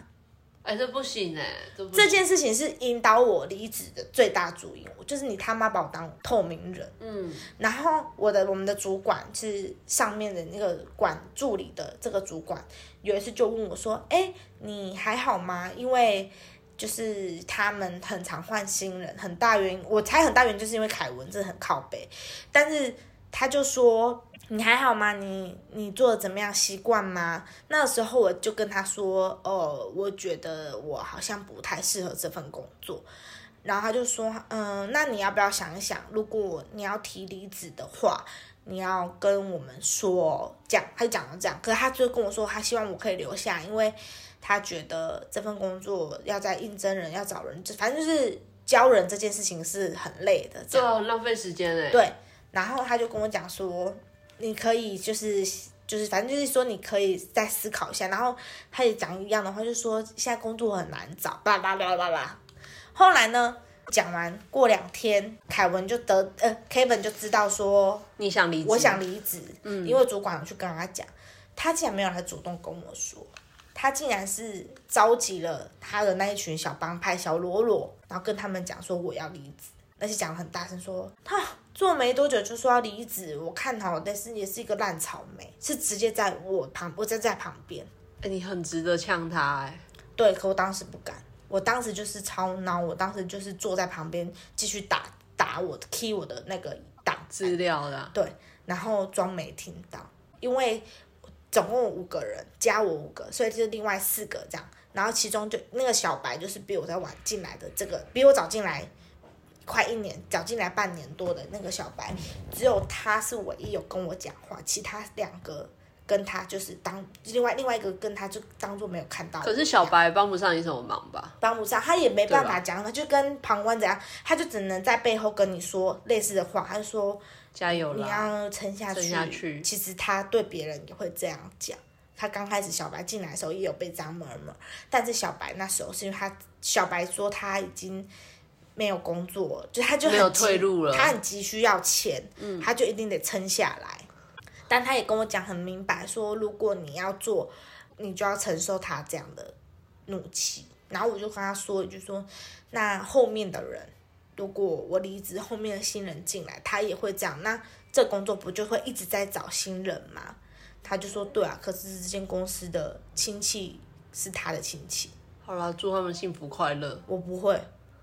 B: 哎，这不行哎，这不
A: 这
B: 行，
A: 件事情是引导我离职的最大主因，就是你他妈把我当透明人。
B: 嗯，
A: 然后我的我们的主管是上面的那个管助理的这个主管，有一次就问我说：“哎，你还好吗？”因为就是他们很常换新人，很大原因，我猜很大原因就是因为凯文真的很靠北，但是他就说。你还好吗？你你做的怎么样？习惯吗？那时候我就跟他说，哦，我觉得我好像不太适合这份工作。然后他就说，嗯，那你要不要想一想，如果你要提离职的话，你要跟我们说，这样他就讲了这样。可是他就跟我说，他希望我可以留下，因为他觉得这份工作要在应征人、要找人，就反正就是教人这件事情是很累的。这
B: 对
A: 样
B: 啊，很浪费时间哎，
A: 对，然后他就跟我讲说，你可以就是就是反正就是说你可以再思考一下，然后他也讲一样的话，就说现在工作很难找，巴拉巴拉巴拉。后来呢，讲完过两天，凯文就得呃 Kevin 就知道说
B: 你想离职，
A: 我想离职，嗯，因为主管有去跟他讲，他竟然没有来主动跟我说，他竟然是召集了他的那一群小帮派小喽啰，然后跟他们讲说我要离职，而且讲得很大声说他做没多久就说要离职，我看好但是也是一个烂草莓，是直接在我旁，我站在旁边，
B: 哎、你很值得呛他哎、
A: 对，可我当时不敢，我当时就是超孬，我当时就是坐在旁边继续打打我的 key 我的那个档子，
B: 资料啦。
A: 对，然后装没听到，因为总共五个人加我五个，所以就是另外四个这样。然后其中就那个小白就是比我在晚进来的这个，比我早进来快一年，早进来半年多的那个小白，只有他是唯一有跟我讲话，其他两个跟他就是当另外另外一个跟他就当做没有看到我一样。
B: 可是小白帮不上你什么忙吧？
A: 帮不上，他也没办法讲，他就跟旁观者一样，他就只能在背后跟你说类似的话，他就说
B: 加油
A: 你啊
B: 啦！
A: 要撑下去。
B: 撑下去
A: 其实他对别人也会这样讲。他刚开始小白进来的时候也有被这样 m u 但是小白那时候是因为他小白说他已经没有工作了，就他就很
B: 没有
A: 急
B: 退路了嗯
A: 他很急需要钱，他就一定得撑下来。但他也跟我讲很明白说，如果你要做，你就要承受他这样的怒气。然后我就跟他说一句说，那后面的人，如果我离职，后面的新人进来，他也会这样，那这工作不就会一直在找新人吗？他就说对啊，可是这间公司的亲戚是他的亲戚，
B: 好啦，祝他们幸福快乐。
A: 我不会，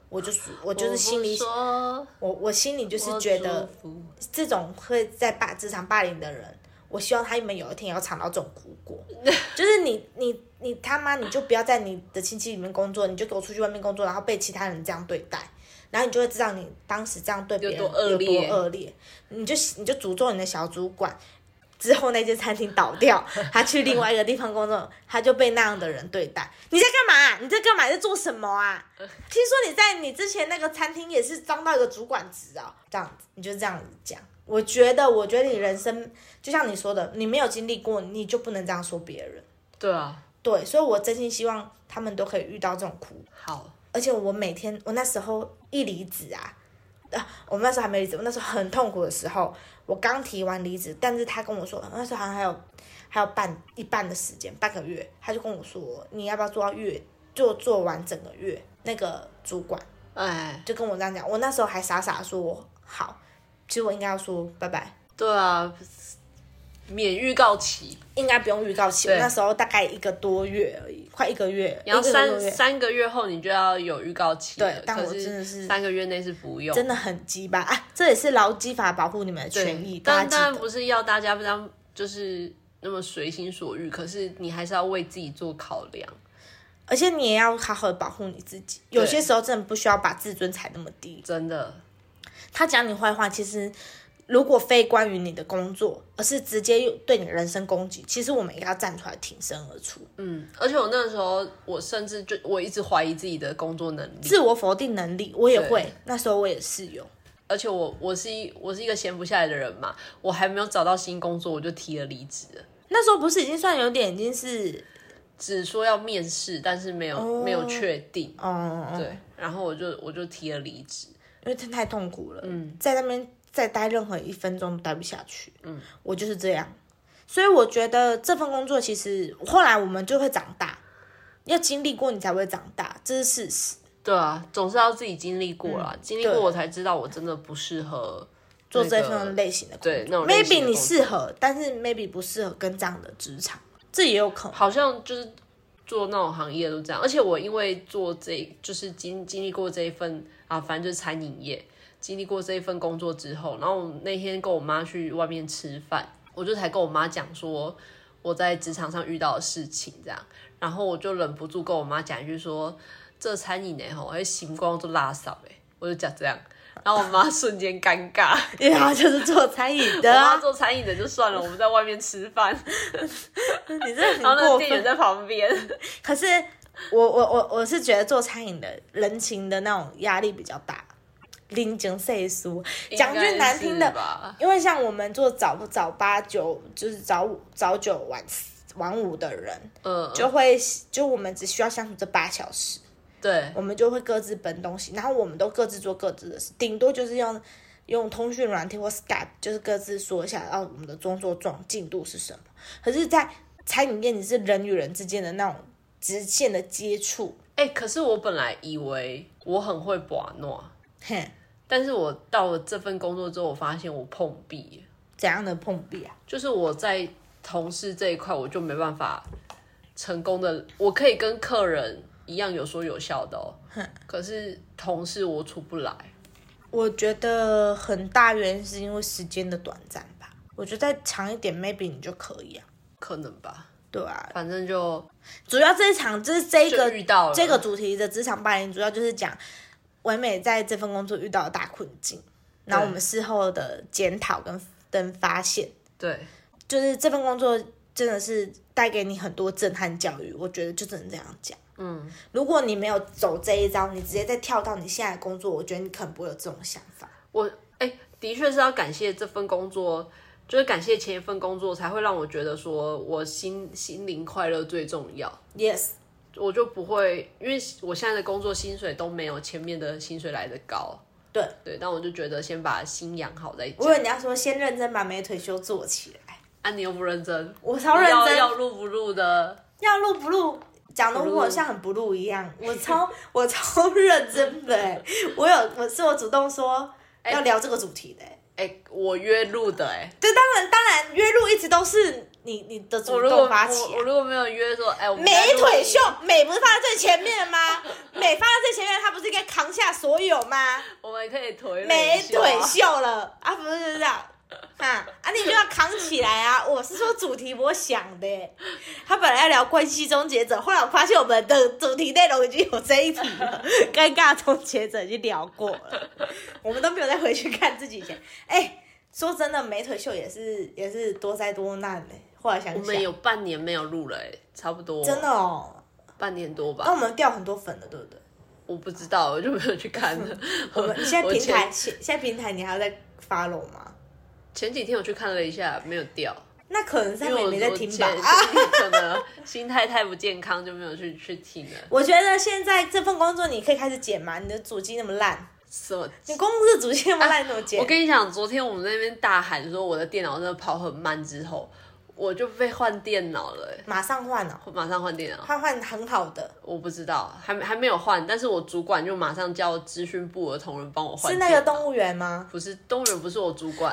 A: 我就是我就是心
B: 哦我
A: 里
B: 不说，
A: 我我心里就是
B: 我
A: 觉得
B: 祝福
A: 这种会在霸职场霸凌的人，我希望他们有一天也要尝到这种苦 果。就是你你你他妈你就不要在你的亲戚里面工作，你就给我出去外面工作，然后被其他人这样对待，然后你就会知道你当时这样对别人
B: 有多恶劣
A: 有多恶劣。你就你就诅咒你的小主管。之后那间餐厅倒 掉，他去另外一个地方工作，他就被那样的人对待。你在干嘛、你在干嘛？你在做什么啊？听说你在你之前那个餐厅也是当到一个主管职哦，这样子你就这样子讲。我觉得，我觉得你人生就像你说的，你没有经历过，你就不能这样说别人。
B: 对啊，
A: 对，所以我真心希望他们都可以遇到这种苦。
B: 好，
A: 而且我每天，我那时候一离职啊，啊，我们那时候还没离职，我那时候很痛苦的时候，我刚提完离职，但是他跟我说，那时候好像还有还有半一半的时间，半个月，他就跟我说，你要不要做到月，就做完整个月？那个主管
B: 哎，
A: 就跟我这样讲，我那时候还傻傻说好，其实我应该要说拜拜，
B: 对啊，免预告期，
A: 应该不用预告期，我
B: 对
A: 那时候大概一个多月而已，快一个月，
B: 然后
A: 一个多
B: 三
A: 月
B: 三个月后你就要有预告期了
A: 对但
B: 可
A: 我
B: 是
A: 真的是
B: 三个月内是不用，
A: 真的很鸡巴啊！这也是劳基法保护你们的
B: 对
A: 权益，大
B: 但当
A: 家
B: 然
A: 记得。
B: 不是要大家不当就是那么随心所欲，可是你还是要为自己做考量。
A: 而且你也要好好的保护你自己。有些时候真的不需要把自尊踩那么低。
B: 真的，
A: 他讲你坏话，其实如果非关于你的工作，而是直接又对你的人身攻击，其实我们应该要站出来挺身而出，
B: 嗯，而且我那时候，我甚至就我一直怀疑自己的工作能力，
A: 自我否定能力，我也会
B: 对。
A: 那时候我也是有，
B: 而且我我是一我是一个闲不下来的人嘛，我还没有找到新工作，我就提了离职了，
A: 那时候不是已经算有点已经是，
B: 只说要面试，但是没有、没
A: 哦
B: 有确定，
A: 嗯，嗯，
B: 对，然后我就我就提了离职，
A: 因为真的太痛苦了，嗯，在那边再待任何一分钟都待不下去，嗯，我就是这样，所以我觉得这份工作其实后来我们就会长大，要经历过你才会长大，这是事实。
B: 对啊，总是要自己经历过啦，经历过我才知道我真的不适合、
A: 嗯做这份类型的工作、
B: 对那种
A: m a
B: 类
A: y b
B: 型
A: e
B: 的
A: 你
B: 工作
A: 适合，但是 maybe 不适合跟这样的职场，这也有可能。
B: 好像就是做那种行业都这样。而且我因为做这，就是经经历过这一份啊，反正就是餐饮业，经历过这一份工作之后，然后我那天跟我妈去外面吃饭，我就才跟我妈讲说我在职场上遇到的事情这样，然后我就忍不住跟我妈讲一句说，这餐饮呢吼，哎，行光都拉少哎，我就讲这样。然后我妈瞬间尴尬，
A: 因为他就是做餐饮的、
B: 我妈
A: 啊，
B: 做餐饮的就算了，我们在外面吃 饭，
A: 你真的
B: 然
A: 很过
B: 后那个店员
A: 分。
B: 在旁边，
A: 可是我我我我是觉得做餐饮的人情的那种压力比较大，临情岁数，讲句难听
B: 应该
A: 的，
B: 是吧，
A: 因为像我们做早早八九，就是早五早九晚晚五的人，
B: 嗯，
A: 就会就我们只需要相处这八小时，
B: 对，
A: 我们就会各自奔东西，然后我们都各自做各自的事，顶多就是用用通讯哦软体或 Skype，就是各自说一下，然后我们的工作状进度是什么。可是，在餐饮店只是人与人之间的那种直线的接触。
B: 哎、可是我本来以为我很会把诺，
A: 哼，
B: 但是我到了这份工作之后，我发现我碰壁，
A: 怎样的碰壁啊？
B: 就是我在同事这一块，我就没办法成功的，我可以跟客人一样有说有笑的哦，可是同事我处不来。
A: 我觉得很大原因是因为时间的短暂吧。我觉得再长一点，maybe 你就可以啊。
B: 可能吧，
A: 对啊，
B: 反正就
A: 主要这一场就是这一
B: 就
A: 个
B: 遇到了
A: 这个主题的职场霸凌，主要就是讲完美在这份工作遇到的大困境，然后我们事后的检讨跟跟发现，
B: 对，
A: 就是这份工作真的是带给你很多震撼教育，我觉得就只能这样讲。
B: 嗯，
A: 如果你没有走这一招，你直接再跳到你现在的工作，我觉得你可能不会有这种想法。
B: 我哎、的确是要感谢这份工作，就是感谢前一份工作，才会让我觉得说我心心灵快乐最重要。
A: Yes，
B: 我就不会，因为我现在的工作薪水都没有前面的薪水来的高。
A: 对
B: 对，但我就觉得先把心养好再
A: 我
B: 讲。
A: 以为你要说先认真把美腿修做起来，
B: 啊，你又不认真，
A: 我超认
B: 要
A: 真，
B: 要录不录的？
A: 要录不录，讲的我好像很不录一样，我超 我超认真的、欸，我有我是我主动说要聊这个主题的、欸，
B: 哎、我约录的哎、
A: 对，当然当然约录一直都是你你的主
B: 我如果
A: 动发起、
B: 我我
A: 啊。
B: 如果没有约说，哎、我们
A: 美
B: 该录
A: 腿
B: 一
A: 秀，美不是放在最前面吗？美放在最前面，她不是应该扛下所有吗？
B: 我们可以腿
A: 美
B: 垒秀啊
A: 腿秀了啊，不是就是这样。啊啊！你就要扛起来啊！我是说主题我想的耶，他本来要聊关系终结者，后来我发现我们的主题内容已经有这一题 了，尴尬终结者已经聊过了，我们都没有再回去看自己以前。哎、说真的，美腿秀也是也是多灾多难的。后来想
B: 我
A: 想
B: 们，有半年没有录了、欸，差不多
A: 真的哦，
B: 半年多
A: 那
B: 吧
A: 我，们掉很多粉了，对不对？
B: 我不知道，我就没有去看了。
A: 我们现在
B: 我
A: 平台
B: 前
A: 现现在平台你还要再 follow 吗？
B: 前几天我去看了一下，没有掉，
A: 那可能是他
B: 因为
A: 们也
B: 我
A: 没在
B: 我
A: 听吧？啊
B: 前最近可能心态太不健康，就没有去去听了。
A: 我觉得现在这份工作你可以开始剪嘛，你的主机那么烂，
B: 什么？
A: 你公司的主机那么烂，你怎么剪？
B: 我跟你讲，昨天我们在那边大喊说我的电脑真的跑很慢之后，我就被换电脑了、欸，
A: 马上换哦，
B: 马上换电脑。
A: 换换很好的，
B: 我不知道，还没还没有换，但是我主管就马上叫资讯部的同仁帮我换。
A: 是那个，啊动物园吗？
B: 不是东人，不是我主管，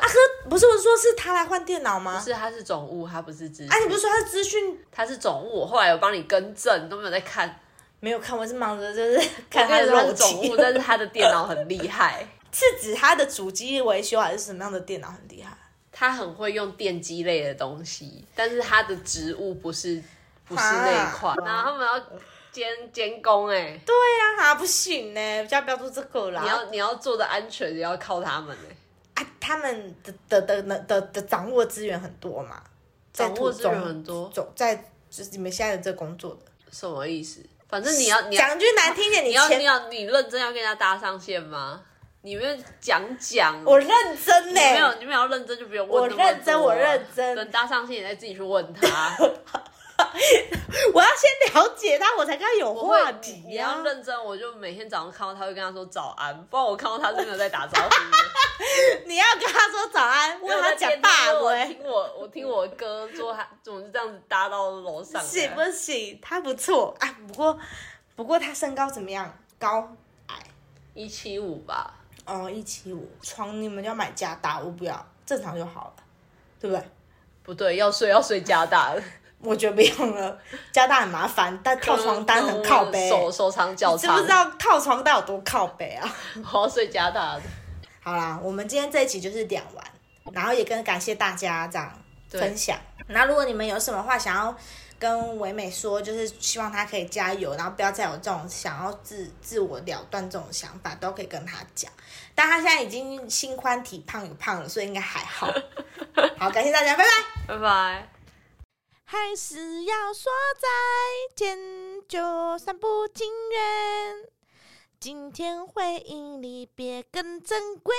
A: 不是我说是他来换电脑吗？
B: 是他是总务，他不是资讯。
A: 啊，你不是说他是资讯
B: 他是总务，我后来有帮你更正，都没有在看。
A: 没有看？我是忙着就是 看
B: 他
A: 他
B: 是
A: 的
B: 他
A: 肉
B: 是总
A: 体
B: 务，，但是他的电脑很厉 害，
A: 是指他的主机维修还是什么样的电脑很厉害？
B: 他很会用电机类的东西，但是他的职务不是不是那一块
A: 啊，
B: 然后他们要监监工哎、
A: 对呀、啊，不行呢，不要不要做这个啦。
B: 你要你要做的安全也要靠他们哎、
A: 啊，他们的的的的的的掌握资源很多嘛，在
B: 掌
A: 途
B: 握资源
A: 中
B: 很多
A: 走在就是你们现在的这工作的。
B: 什么意思？反正你要你要
A: 讲句难听点，
B: 你
A: 你
B: 要
A: 前
B: 你要你认真要跟人家搭上线吗？你们讲讲，
A: 我认真
B: 你
A: 呢、
B: 没有你没有认真就不用问
A: 我
B: 那么
A: 认真
B: 多
A: 我认真
B: 等搭上线你再自己去问 他。
A: 我要先了解他，我才跟他有
B: 不会
A: 话题啊
B: 你
A: 呀、
B: 要认真，我就每天早上看到他会跟他说早安，不然我看到他是没有在打招 呼的。
A: 你要跟他说早安，问他讲
B: 爸
A: 霸
B: 我
A: 威，
B: 听我我听我哥说他总是这样子搭到楼上来。
A: 行不行？他不错啊，不过不过他身高怎么样？高矮
B: 一七五吧，
A: 哦，一七五。床你们要买加大，我不要，正常就好了，对不对？
B: 不对，要睡要睡加大的，
A: 我觉得不用了，加大很麻烦，但套 床单很靠背。
B: 嗯呃手手长脚
A: 知
B: 长，
A: 不知道套床单有多靠背啊？
B: 我要睡加大的。
A: 好啦，我们今天这一集就是两完，然后也跟感谢大家这样
B: 对
A: 分享。那如果你们有什么话想要跟唯美说，就是希望她可以加油，然后不要再有这种想要自自我了断这种想法，都可以跟她讲。但她现在已经心宽体胖有胖了，所以应该还 好。好，感谢大家，拜拜。
B: 拜拜。
A: 还是要说再见，就算不情愿，今天回忆离别更珍贵。